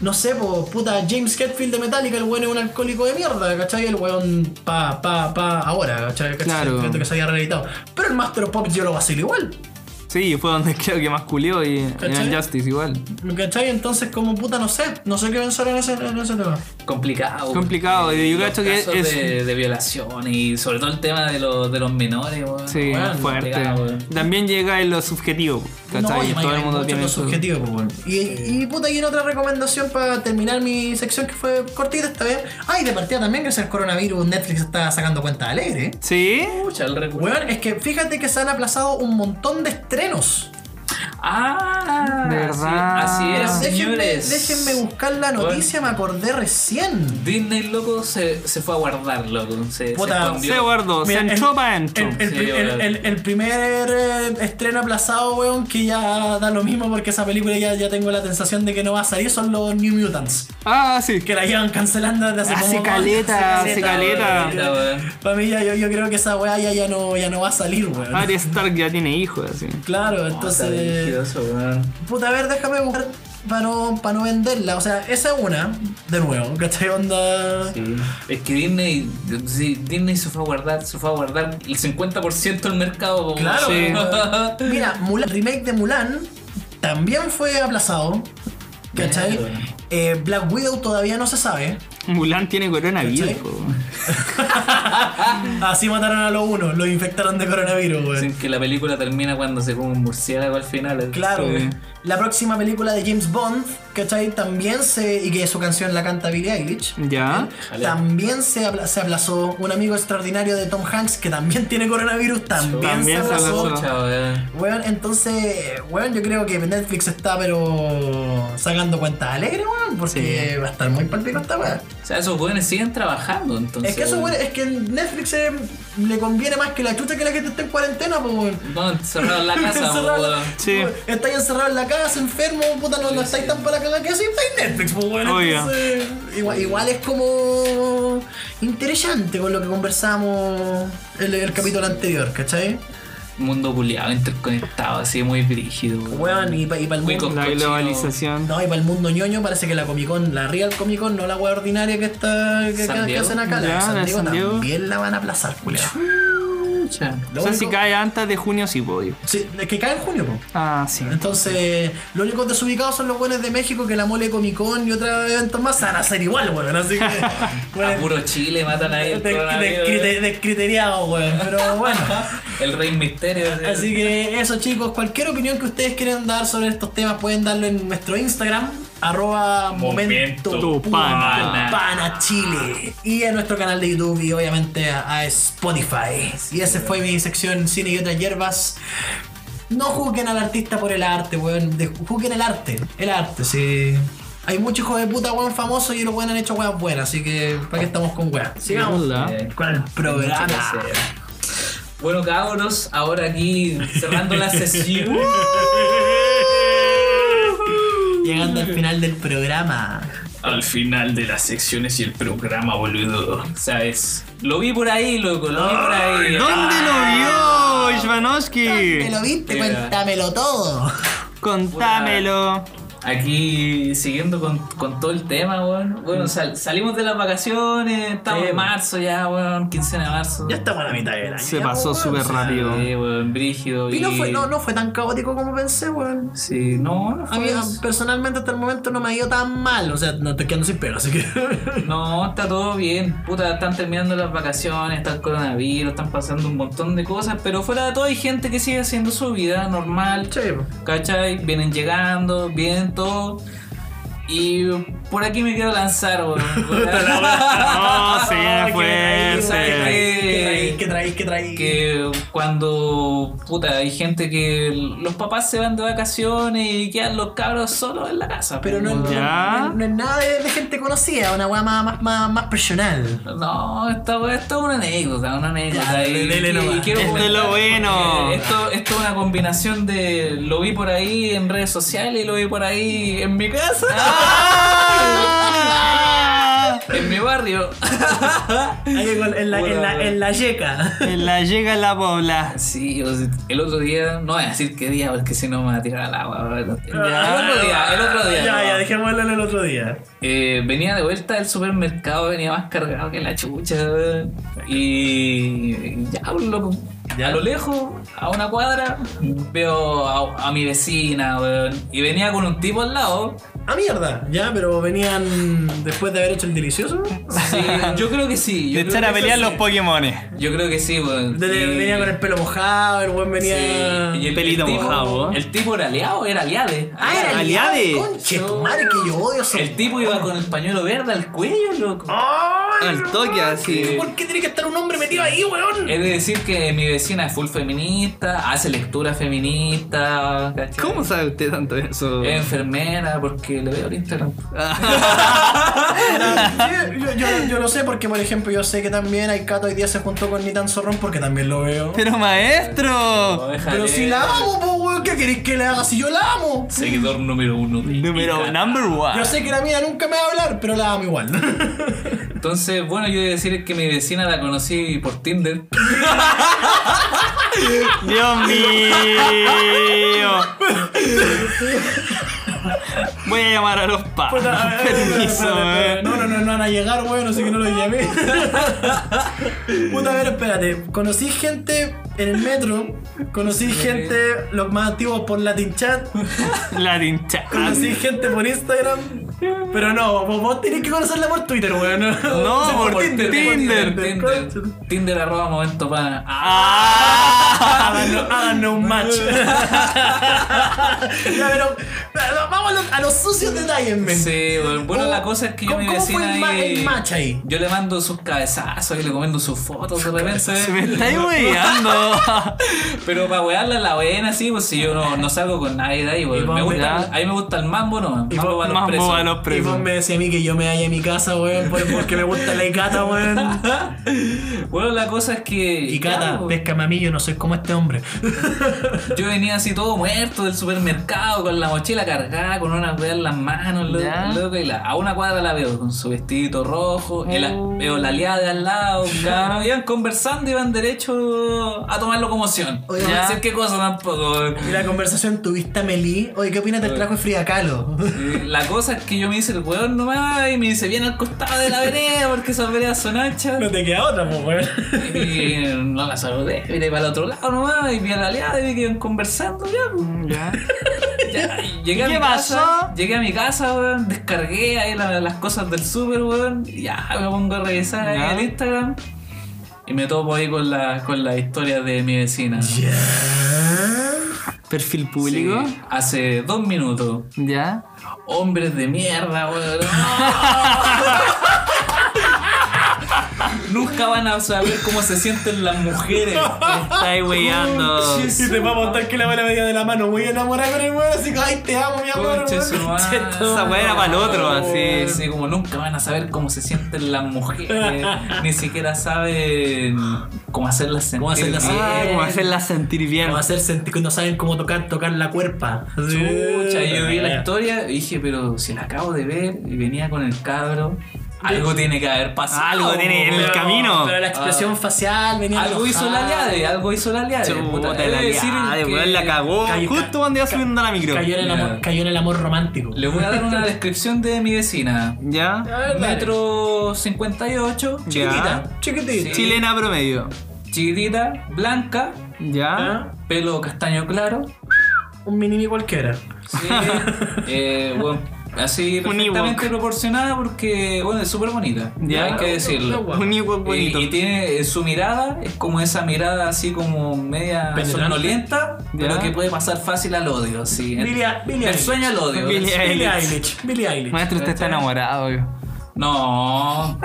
no sé, po, puta, James Hetfield de Metallica, el weón es un alcohólico de mierda, ¿cachai? El weón pa, pa, pa, ahora, ¿cachai? ¿Cachai?
Claro.
Siento que se había reeditado. Pero el Master of Pop yo lo vacilo igual,
Sí, fue donde creo que más culió y en
¿Cachai?
el Justice igual.
¿cachai? Entonces, como puta, no sé, no sé qué pensar en ese, en ese tema.
Complicado. weón.
Complicado,
eh,
y yo
Los
cacho que
casos
es-
De, de violación y sobre todo el tema de, los de los menores, weón.
Sí,
Weón,
fuerte.
pegado, weón.
También llega en lo subjetivo,
eh. No,
¿cachai?
y
Todo el mundo
mucho
tiene
lo
su...
subjetivo, pues, bueno. y, y puta, y en otra recomendación para terminar mi sección que fue cortita esta vez. Ay, de partida también, gracias al coronavirus, Netflix está sacando cuentas alegre. ¿eh?
¿Sí?
Pucha, el recu-
Weón, es que fíjate que se han aplazado un montón de estrenos.
Ah,
De
sí,
verdad.
así es,
Ah,
Déjenme,
señores.
déjenme buscar la
Weón.
noticia, me acordé recién.
Disney, loco, se, se fue a guardar, loco. Se,
Puta,
se
Se guardó,
Mira,
se
el-
entró pa' dentro.
El, el
Sí,
pri- el-
weón.
el- el primer eh, estreno aplazado, weón, que ya da lo mismo porque esa película ya, ya tengo la sensación de que no va a salir, son los New Mutants.
Ah, sí.
Que la llevan cancelando desde hace
Hace
como-
Ah, caleta, hace caleta.
caleta, weón.
Para mí ya, yo, yo creo que esa weá ya, ya, no, ya no va a salir, weón.
Ah,
Arya Ah, Stark ya tiene hijos, así.
Claro,
No, está
entonces...
delicioso, weón.
Puta, a ver, déjame buscar para no, pa' no venderla. O sea, esa es una, de nuevo, ¿cachai? Onda...
Sí. Es que Disney, sí, Disney se fue a guardar, se fue a guardar el 50% del mercado. weón.
Claro.
Sí.
weón. Mira, Mulan, remake de Mulan también fue aplazado, ¿cachai?
Mierda.
Eh, Black Widow todavía no se sabe.
Mulan tiene coronavirus,
¿Cachai?
po.
Así mataron a los uno, los infectaron de coronavirus, weón.
Dicen que la película termina cuando se come un murciélago al final. ¿eh?
Claro.
Sí.
La próxima película de James Bond, ¿cachai? También se. Y que su canción la canta Billie Eilish. ¿ah?
Ya.
Ojalá.
También se, apla- se aplazó un amigo extraordinario de Tom Hanks que también tiene coronavirus, también,
También
se
se
aplazó.
aplazó.
Pucha, weón.
Weón, entonces, weón, yo creo que Netflix está pero sacando cuentas alegres, weón, porque va a estar muy palpico esta weón.
O sea, esos weones siguen trabajando, entonces.
Es que eso,
weón.
weón, es que Netflix eh, le conviene más que la chucha que la gente esté en cuarentena, pues weón.
No, cerraron la casa,
Encerrado en la-
weón.
Sí.
Weón, Estáis encerrados en la casa, enfermo, puta, no, no estáis tan para cagar que así, estáis en Netflix, pues bueno.
Obvio.
entonces, igual, igual es como interesante con lo que conversamos el, el capítulo anterior, ¿cachai?
Mundo culiado, interconectado, así muy brígido. weón.
Weón, y para el
Muy
mundo.
con-
La
Cochino.
globalización.
No, y para el mundo ñoño parece que la Comic Con, la Real Comic Con, no la wea ordinaria que está que,
San
que- que
Diego.
hacen acá, la de
Ya, la
San
de
Diego,
San Diego.
también la van a aplazar, culiao.
Pucha.
Lo
o sea,
único-
si cae antes de junio, sí, pues, po. digo.
Sí, es que cae en junio, po.
Ah, sí.
Entonces, los únicos desubicados son los buenos de México que la mole Comic Con y otros eventos más se van a hacer igual, weón. Así que.
A
weón,
puro Chile matan ahí.
de-
el
de-
coronavirus,
descrite- Descriteriado, weón. Pero bueno.
El rey misterio. Eh, así.
Así que eso, chicos. Cualquier opinión que ustedes quieran dar sobre estos temas pueden darlo en nuestro Instagram. arroba
Momento
momento punto
Pana.
pana Chile y a nuestro canal de YouTube y obviamente a, a Spotify. Y esa fue mi sección cine y otras hierbas. No juzguen al artista por el arte, weón. De- Juzguen el arte, el arte, sí. Hay muchos hijos de puta, weón, famosos y los weón han hecho weón buenas, así que ¿para qué estamos con weón? Sigamos
Sí, hay
con el programa.
mucho que hacer. Bueno, cabros, ahora aquí cerrando la sesión.
Llegando al final del programa.
Al final de las secciones y el programa, boludo.
¿Sabes? Lo vi por ahí, loco, lo vi por ahí.
¿Dónde
ah.
lo vio
¿Te
Ivanovsky?
lo viste?
Mira.
Cuéntamelo todo.
Contámelo.
Aquí siguiendo con, con todo el tema, weón. Bueno, sal- salimos de las vacaciones, estamos
Mm. Sí,
en
weón.
marzo ya, weón, 15 de marzo.
Ya estamos a la mitad del año.
Se
ya,
pasó
weón,
súper
o sea.
rápido.
Sí, weón, brígido.
Y no
y-
fue, no, no fue tan caótico como pensé, weón.
Sí, no, no
A mí
fue-
personalmente hasta el momento no me ha ido tan mal. O sea, no estoy quedando sin pelo, así que.
No, está todo bien. Puta, están terminando las vacaciones, está el coronavirus, están pasando un montón de cosas, pero fuera de todo hay gente que sigue haciendo su vida normal,
Che, po.
¿cachai? Vienen llegando, vienen todo. Y por aquí me quiero lanzar, weón.
No, se
Ah,
viene
qué traí,
fuerte.
Eh,
¿Qué traí, qué traí? qué traí?
que cuando puta hay gente que los papás se van de vacaciones y quedan los cabros solos en la casa
Pero no, no-
Ya.
no- no es nada de, de gente conocida, una weá más, más, más, más personal.
No, esto, esto es una anécdota, una anécdota.
Ya,
y,
dele, dele
y-
nomás.
y quiero
Esto es lo
comentar,
bueno.
eh, Esto, esto es una combinación de lo vi por ahí en redes sociales y lo vi por ahí en mi casa.
Ah.
En mi barrio.
Ahí con- en, la, en, la, en la yeca.
La llega la bola.
Sí, o sea, el otro día, no voy a decir qué día, porque si no me va a tirar al agua. El otro día, el otro día.
Ya,
no.
ya, dejémoslo en el otro día.
Eh, venía de vuelta del supermercado, venía más cargado que la chucha. weón. Y ya, pues, loco. A lo lejos, a una cuadra, veo a, a mi vecina, weón. Y venía con un tipo al lado.
Ah, mierda. Ya, pero venían después de haber hecho el delicioso.
Sí, yo creo que sí. Yo
De
creo
echar
que
a
eso
pelear
sí.
los Pokémon.
Yo creo que sí, weón.
De-
Y-
Venía con el pelo mojado, el buen
sí.
venía.
Y el,
pelito
tipo,
mojado.
El tipo era aliado, era aliade.
Ah, era
Aliade.
aliado, Conche, tu madre que yo odio esos-
El tipo iba con el pañuelo verde al cuello, loco.
¡Ay!
Al toque así.
Ah, ¿Por qué tiene que estar un hombre metido ahí, weón?
Es de decir que mi vecina es full feminista, hace lectura feminista, ¿cachai?
¿Cómo sabe usted tanto eso?
Es enfermera porque le veo el Instagram.
Yo, yo- yo- yo lo sé porque, por ejemplo, yo sé que también Aikato hoy día se juntó con Nitan Zorrón porque también lo veo.
Pero maestro.
Pero si la amo, pues, weón, ¿qué queréis que le haga si yo la amo?
Seguidor número uno. de
Número
Ica.
number
Yo
one.
sé que la mía nunca me va a hablar, pero la amo igual.
Entonces, bueno, yo he de decir que mi vecina la conocí por Tinder.
Dios mío. Voy a llamar a los padres. Permiso, eh.
No, no, no, no van a llegar, weón, así que no lo llamé. Puta, a ver, espérate. Conocí gente en el metro, conocí gente, los más antiguos por Latin Chat,
eh. Latin chat.
conocí gente por Instagram. Pero no, vos, vos tenés que conocerla por Twitter, weón.
No,
O sea,
por Tinder.
Tinder, Tinder, Tinder, arroba momento pana. Ah,
Ah.
Háganos háganos un match. Ya, pero, pero vamos a los, a los sucios detalles, men.
Ah, sí, bueno, bueno,
¿Cómo-
la cosa es que yo
Oh, cómo-
mi
cómo fue
vecina
el ma-
ahí-
el match ahí?
Yo le mando sus cabezazos y le comento sus fotos de
Se me
repente.
estáis weyando.
Pero para wearla la buena, sí, pues si yo no, no salgo con nadie de ahí, weón.
pa'
Me gusta-
wear?
A mí me gusta el mambo, no.
Y
Mambo
pa-
para los
Más
presos.
boba a los
Y vos
presos.
me decía a mí que yo me vaya a mi casa, weón, por- porque me gusta la icata, weón.
Bueno, la cosa es que.
Icata,
claro,
pescame a mí, yo no soy como este hombre.
Yo venía así todo muerto del supermercado, con la mochila cargada, con una weá en las manos, loco,
Ya.
loco, y la- a una cuadra la veo con su vestidito rojo, y la- veo la aliada de al lado, cabrón, iban conversando, iban derecho a tomar locomoción.
Oye,
no voy
ya.
a decir qué cosa tampoco.
Y la conversación tuviste a Meli. Oye, ¿qué opinas del trajo de Frida Kahlo?
Eh, La cosa es que yo me hice el weón nomás y me dice bien al costado de la vereda porque esas veredas son anchas.
te queda otra, pues, weón.
Y no la saludé, miré para el otro lado nomás y vi a la aliada y vi que iban conversando ya. pues.
Ya.
Ya, y llegué a
¿Qué
mi casa,
pasó?
llegué a mi casa, weón, descargué ahí la- las cosas del super, weón, y ya me pongo a revisar ahí
Ya.
el Instagram y me topo ahí con la, con la historia de mi vecina.
Ya.
Perfil público.
Sí, hace dos minutos.
Ya.
Hombres de mierda, weón. Nunca van a saber cómo se sienten las mujeres.
Estáis weyando.
Y te va a montar que la mala media de la mano, muy enamorada con el weón, así que, ay, te amo, mi amor.
Conche su
weón.
madre.
Esa weá era pa'l otro, así.
Sí, como nunca van a saber cómo se sienten las mujeres. Ni siquiera saben cómo hacerlas sentir.
Cómo hacerlas
bien.
Ah, como hacerla sentir bien.
Va a hacer sentir que no saben cómo tocar, tocar la cuerpa.
Chucha, yo vi la historia y dije, pero si la acabo de ver y venía con el cabro, algo tiene que haber pasado.
Algo tiene en el
weón.
camino.
Pero la expresión
Ah.
facial venía
Algo hizo la
enojada.
liade, algo hizo la liade.
Chuta,
Puta,
la
debe decir
liade,
que-
weón, la cagó.
Cayó-
Justo cuando iba subiendo a la micro.
Cayó en, el amor,
Ya.
cayó en el amor romántico.
Le voy a dar una descripción de mi vecina.
Ya.
dale.
Metro 58,
Ya.
chiquitita,
Chiquitito.
Sí.
Chilena promedio.
chiquitita, blanca,
Ya.
Ah,
pelo castaño claro.
Un mini cualquiera.
Sí, eh, bueno, así
Un
perfectamente
Ewok.
proporcionada porque, bueno, es súper bonita,
Ya.
hay que decirlo.
guapa.
Un igual bonito.
Y, y tiene eh, su mirada, es como esa mirada así como media
Penetrante.
somnolienta, pero
Ya.
que puede pasar fácil al odio, sí.
Billie-
el
Billie Eilish.
sueño al odio.
Billie
Billie
Eilish.
Eilish. Billie Eilish.
Maestro, usted está
¿Cachai?
enamorado. yo.
No,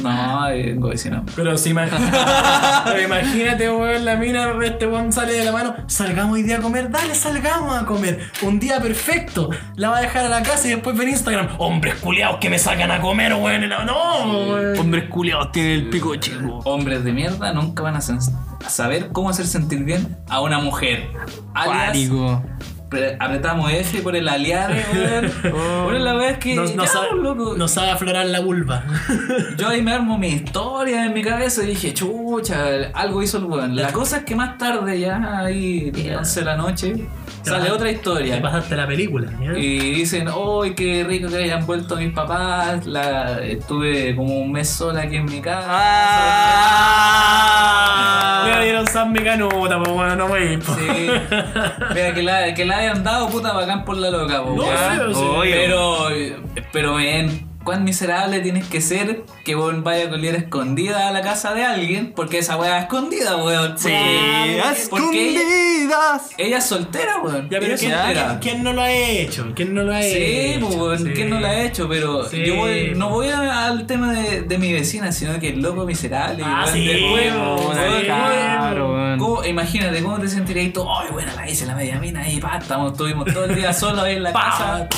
no, eh, no, ese no.
Pero si imagínate, pero imagínate, weón, la mina, este weón sale de la mano. Salgamos hoy día a comer, dale, salgamos a comer. Un día perfecto. La va a dejar a la casa y después ver Instagram. Hombres culiados que me sacan a comer, weón. No, No, weón.
Hombres culiados tiene el pico chico.
Hombres de mierda nunca van a, sen- a saber cómo hacer sentir bien a una mujer. Alias,
Cuático.
pre- apretamos F por el aliado. Por la verdad es que
Oh. No, no
ya,
sabe,
loco,
no sabe aflorar la vulva.
Yo ahí me armo mi historia en mi cabeza y dije, chucha, algo hizo el weón. La cosa es que más tarde, ya ahí, 11 de la noche, sale otra
Te
historia.
pasaste la película. ¿ya?
Y dicen, ¡ay, qué rico que hayan vuelto mis papás! La, estuve como un mes sola aquí en mi casa.
Le
Ah.
dieron San Mecanota, pues bueno, no wey. po.
Sí. Mira, que la, que la hayan dado, puta, bacán por la loca, po,
No,
ya.
sí, sí.
Oye.
Pero, pero ven, cuán miserable tienes que ser que vos vaya a colir escondida a la casa de alguien, porque esa weá es escondida, weón.
Sí,
Porque ella,
escondidas.
ella es soltera, weón. Ella
Ya, pero
es
¿quién,
soltera.
quién- quién no lo ha hecho? ¿Quién no lo ha
Sí,
hecho?
pues, weón,
Sí.
¿quién no la ha hecho? Pero
Sí. pues.
yo voy- no voy a- al tema de, de mi vecina, sino que el loco miserable.
Ah,
weón,
sí, pues,
después,
weón,
weón,
Una
sí,
cabro, weón.
¿Cómo- imagínate cómo te sentirías y tú, ay, bueno, la hice la media mina ahí, pa, estamos, estuvimos todo el día solos ahí en la casa.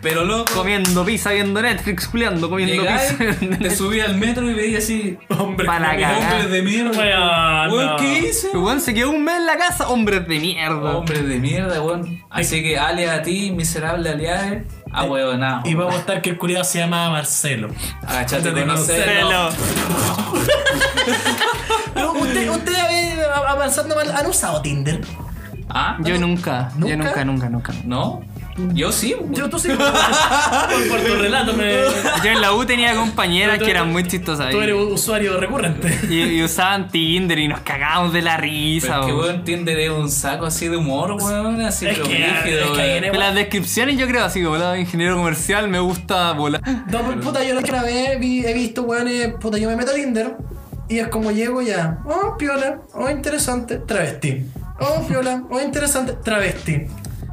Pero loco,
Comiendo pizza, viendo Netflix, culiando, comiendo
llegáis, te
pizza.
subí al metro y veía así,
Hombre,
Para
que-
cagar.
hombres de mierda.
Weón,
Weón,
Ah, no.
¿qué hice?
El weón se quedó un mes en la casa, hombres de mierda.
Hombres de mierda, weón. Así que, ale a ti, miserable aliade, a huevo, nada.
Eh, Y va a gustar que el culiado se llamaba Marcelo.
Agachate con
Celo.
Pero usted, usted a ver, a- avanzando mal, ¿han usado Tinder?
¿Ah?
Yo nunca,
¿Nunca?
yo nunca, nunca, nunca.
¿No? Yo sí.
Yo, tú sí. por, por tu relato, me,
Yo en la U tenía compañeras
Tú-
que eran
tú-
muy chistosas.
tú eres
Y,
un usuario recurrente.
y usaban Tinder y nos cagábamos de la risa.
Pero es que
weón.
weón Tinder es un saco así de humor, weón, así
Es
pero
que-
brígido,
es que
weón.
ahí en el-
De las descripciones yo creo así como la de ingeniero comercial me gusta volar.
No, pues, puta, yo la otra vez vi- he visto, weones, puta, yo me meto a Tinder y es como llego ya, oh, piola, oh, interesante, travesti. Oh, piola, oh, interesante, travesti.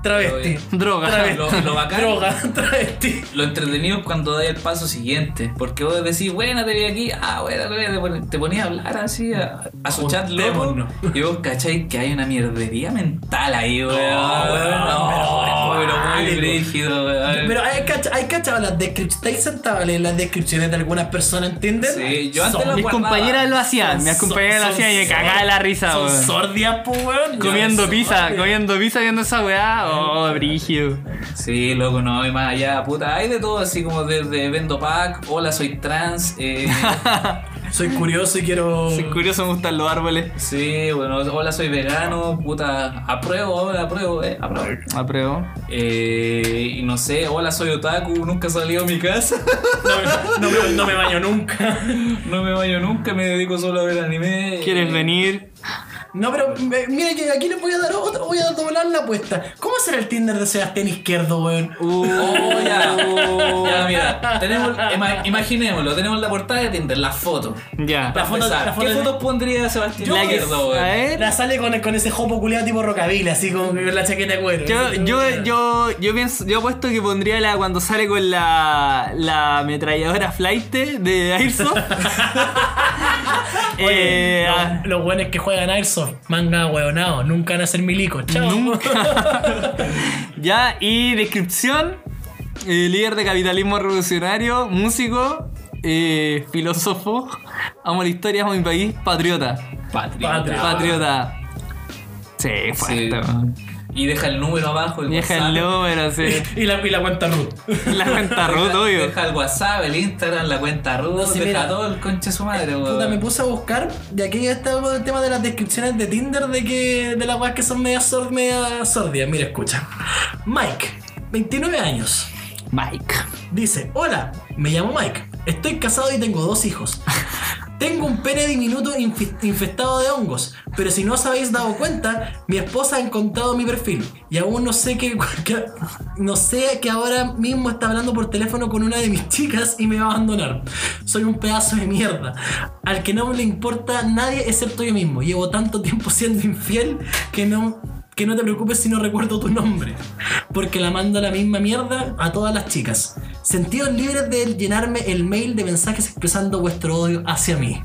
Travesti.
Pero,
Droga.
Lo, lo bacán,
este, Droga, travesti.
lo entretenido es cuando dais el paso siguiente, porque vos decís, bueno, te vi aquí, ah, bueno, bueno", te pon- te ponías a hablar así, a, a su chat loco,
Juntémonos.
y vos cacháis que hay una mierdería mental ahí, weón,
weón,
No,
pero-
pero muy
vale,
brígido, weón.
Pero hay cacha- hay cachado las descripciones, ¿estáis sentados en las descripciones de algunas personas en Tinder?
Sí, yo antes
Son-
lo
Mis
guardaba.
compañeras lo hacían, mis
son-
compañeras lo
son
hacían y me
sor-
cagaba de la risa,
Son
weón.
sordias, pues, weón.
Comiendo
Son
pizza,
sordias.
comiendo pizza viendo esa weá. Oh, brígido.
Sí, loco, no, y más allá, puta, hay de todo, así como desde vendo pack, hola, soy trans, eh,
Soy curioso y quiero.
Es curioso, me gustan los árboles.
sí, bueno, hola, soy vegano, puta, apruebo, hola, apruebo, eh, apruebo.
Apruebo.
Eh, y no sé, hola, soy otaku, nunca he salido de mi casa,
No, me, no me baño nunca.
no me baño nunca, me dedico solo a ver anime.
¿Quieres
Eh,
venir?
No, pero eh, mira que aquí les voy a dar otro, voy a doblar la apuesta. ¿Cómo será el Tinder de Sebastián Izquierdo, weón?
Oh, ya. Ya, mira. Tenemos, ima- imaginémoslo, tenemos la portada de Tinder, la foto.
Ya.
Para
La foto-
empezar,
la foto
¿qué
de-
fotos pondría Sebastián
Yo-
Izquierdo,
A
weón?
ver.
La sale con, con ese jopo culiado tipo rockabilly, así con la chaqueta de cuero.
Yo, yo, yo, yo pienso, yo apuesto que pondría la cuando sale con la, la ametralladora flight de Airsoft. Eh,
Los- los buenos que juegan Airsoft, manga hueonado, nunca van a ser milicos, chao.
Ya, y descripción. eh, líder de capitalismo revolucionario, músico, eh, filósofo, amo la historia, amo mi país, patriota.
Patriota.
Patriota. Sí,
Sí.
fuerte.
Y deja el número abajo. El
Vieja el
WhatsApp.
número, sí.
y la, y la cuenta Ruth.
La cuenta Ruth,
Deja-
obvio.
Deja el WhatsApp, el Instagram, la cuenta Ruth,
Entonces,
deja
mira,
todo el conche su madre,
Puta, me
weón.
puse a buscar, y aquí ya está el tema de las descripciones de Tinder de que de las weas que son media, sor- media sordias. Mira, escucha. Mike, 29 años.
Mike.
Dice, hola, me llamo Mike, estoy casado y tengo dos hijos. Tengo un pene diminuto infi- infestado de hongos, pero si no os habéis dado cuenta, mi esposa ha encontrado mi perfil y aún no sé que, que- no sé que ahora mismo está hablando por teléfono con una de mis chicas y me va a abandonar. Soy un pedazo de mierda, al que no le importa nadie excepto yo mismo. Llevo tanto tiempo siendo infiel que no que no te preocupes si no recuerdo tu nombre, porque la mando a la misma mierda a todas las chicas. Sentidos libres de llenarme el mail de mensajes expresando vuestro odio hacia mí.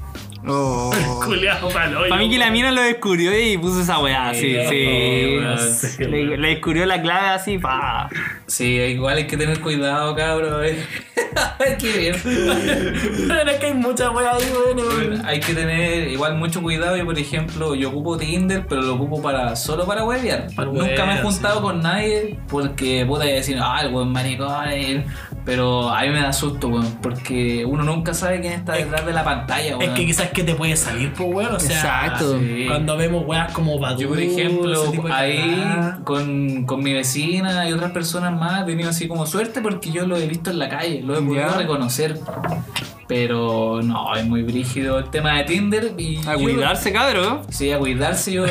Culeado palo.
Para mí que la mina lo descubrió y puso esa weá, sí,
Sí,
sí.
no
sé,
Le, le descubrió la clave así, pa.
Sí, igual hay que tener cuidado, cabrón. hay que ver.
Pero es que hay mucha wea ahí, bueno.
Hay que tener igual mucho cuidado. Yo, por ejemplo, yo ocupo Tinder, pero lo ocupo para solo para huevear.
Para
Nunca me he
huevear,
juntado con nadie porque puta decir, ah, el buen maricón. el-". Pero a mí me da susto, weón, porque uno nunca sabe quién está detrás de la pantalla,
Es
weón.
que quizás que te puede salir, pues weón. O sea,
Exacto.
Sí.
cuando vemos weas como Badu,
Yo, por
Uh, ese
ejemplo,
tipo de
ahí
cagadas.
con, con mi vecina y otras personas más he tenido así como suerte porque yo lo he visto en la calle, lo he podido
Ya.
reconocer. Pero no, es muy brígido el tema de Tinder. Y
A
yo-
cuidarse, cabrón.
Sí, a cuidarse. Yo,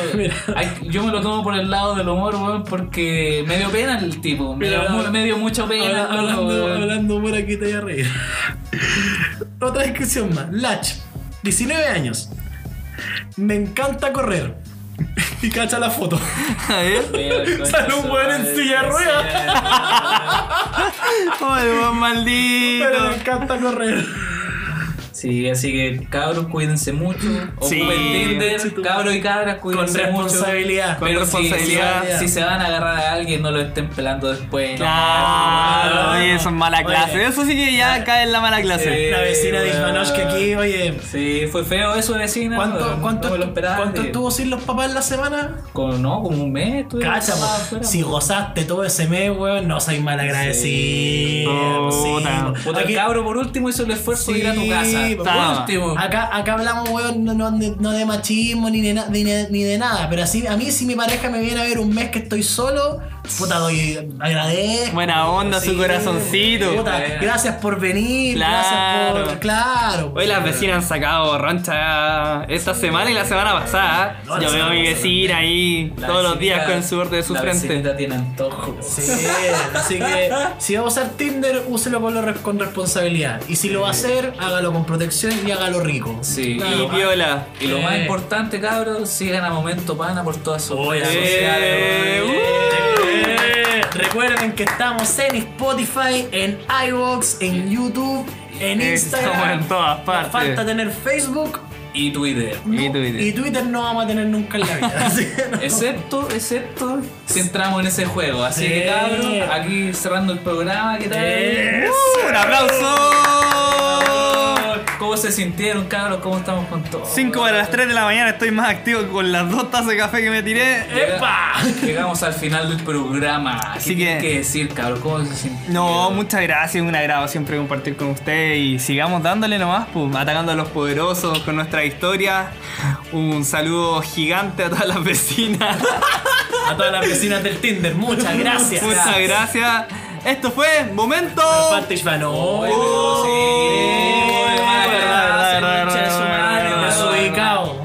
ay, yo me lo tomo por el lado del humor, weón, porque me dio pena el tipo. Me,
Mira,
dio, mu- me dio mucha pena.
Habla- hablando,
weón.
hablando por aquí te voy a reír. Otra descripción más. Latch, 19 años. Me encanta correr. Y cacha la foto.
A ver.
Sale un weón en silla de ruedas.
Ay, weón
Pero me
maldito.
encanta correr.
Sí, así que cabros, cuídense mucho. Ocupen
Sí.
Tinder, cabros y cabras,
Con
cuídense mucho.
responsabilidad.
Con
Pero si,
responsabilidad.
si- si se van a agarrar a alguien, no lo estén pelando después.
Claro, oye, eso es mala
Oye.
clase. Eso sí que ya cae en la mala clase.
Sí.
La vecina de
weón.
Ismanosh que aquí, oye.
Sí, fue feo eso, vecina.
¿Cuánto,
weón,
cuánto,
no me lo esperaba,
¿cuánto
sí.
estuvo sin los papás en la semana?
Como, no, como un mes. estuve
Cacha, pues,
encerrado
po.
afuera. pues.
si gozaste todo ese mes, weón, no soy mal agradecido.
Puta.
Puta, el cabro por último hizo el esfuerzo de ir a tu
Sí, pues,
casa.
Está.
Por último.
Acá, acá hablamos, weón, no, no de, no de machismo ni de, na- ni, de- ni de nada. Pero así, a mí, si mi pareja me viene a ver un mes que estoy solo, puta, doy, agradezco.
Buena onda, su corazoncito.
Puta, gracias por venir, gracias por.
Claro.
Claro.
Hoy las vecinas han sacado rancha esta semana y la semana pasada.
No, la
Yo veo
semana
a mi
pasada
vecina ahí
La
todos los
vecinita-
días con suerte de su
la
frente.
vecinita tiene antojo.
Sí, así que si va a usar Tinder, úselo con, lo re- con responsabilidad. Y si lo va a hacer, hágalo con protección y hágalo rico.
Sí.
Y piola.
Y lo
Eh.
más importante, cabros, sigan a Momento Pana por todas sus
Oye,
redes
eh,
sociales. weón.
Eh, Recuerden que estamos en Spotify, en iVoox, en YouTube, en
Estamos
Instagram.
en todas
Nos Falta
partes.
tener Facebook
Y Twitter.
Y
no,
Twitter.
y Twitter no vamos a tener nunca en la vida. así que no.
Excepto, excepto si entramos en ese juego. Así que
Sí.
cabros, aquí cerrando el programa, ¿qué tal?
Eh,
¡Un aplauso!
¿Cómo se sintieron, cabros? ¿Cómo estamos con todo?
5 para las 3 de la mañana estoy más activo que con las dos tazas de café que me tiré.
Llega- Llegamos al final del programa. ¿Qué
Así
tienen
que-
que decir, cabros? ¿Cómo se sintieron?
No, muchas gracias, un agrado siempre compartir con ustedes y sigamos dándole nomás, pues, atacando a los poderosos con nuestra historia. Un saludo gigante a todas las vecinas.
A todas las vecinas del Tinder, muchas gracias.
Muchas gracias. Esto fue Momento.
Falta Ivano.
pero sí.
Uy, Oh,
Mala
Oh,
verdad,
clase,
verdad,
concha de su
verdad,
madre,
verdad,
weón.
Desubicado.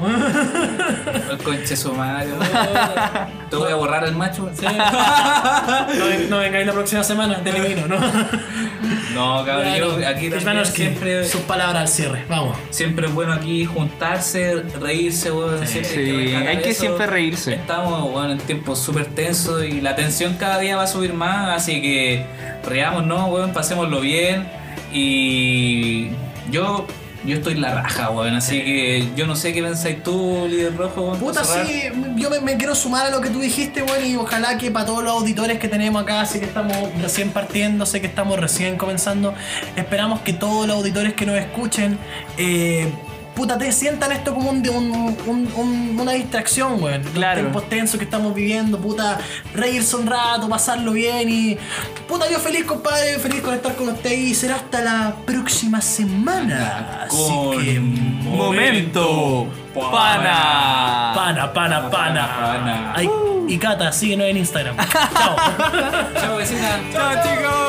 El Conche su madre. oh, Te voy a borrar al macho.
No, ven- no vengáis la próxima semana, te elimino, ¿no?
No, cabrón, yo
Claro,
aquí también
hermanos, que
siempre.
sus palabras al cierre, vamos.
Siempre es bueno aquí juntarse, reírse, weón. siempre
sí,
rescatar
hay que
eso.
siempre reírse.
Estamos, weón, en tiempos súper tensos y la tensión cada día va a subir más, así que reámonos, weón, pasémoslo bien. Y yo yo estoy la raja, weón, así que yo no sé qué pensáis tú, líder rojo, weón.
Puta,
para cerrar.
sí, yo me, me quiero sumar a lo que tú dijiste, bueno, y ojalá que para todos los auditores que tenemos acá, sé que estamos recién partiendo, sé que estamos recién comenzando, esperamos que todos los auditores que nos escuchen, eh, puta, te sientan esto como un- un- un- un- una distracción, weón. Los
Claro.
tiempos tensos que estamos viviendo, puta, reírse un rato, pasarlo bien y... Puta, yo feliz, compadre, feliz con estar con usted y será hasta la próxima semana.
Con-
Así que...
Momento pana.
Pana, pana, pana.
pana.
Ay, y Cata, síguenos en Instagram. Chao.
Chao, vecina.
Chao chicos.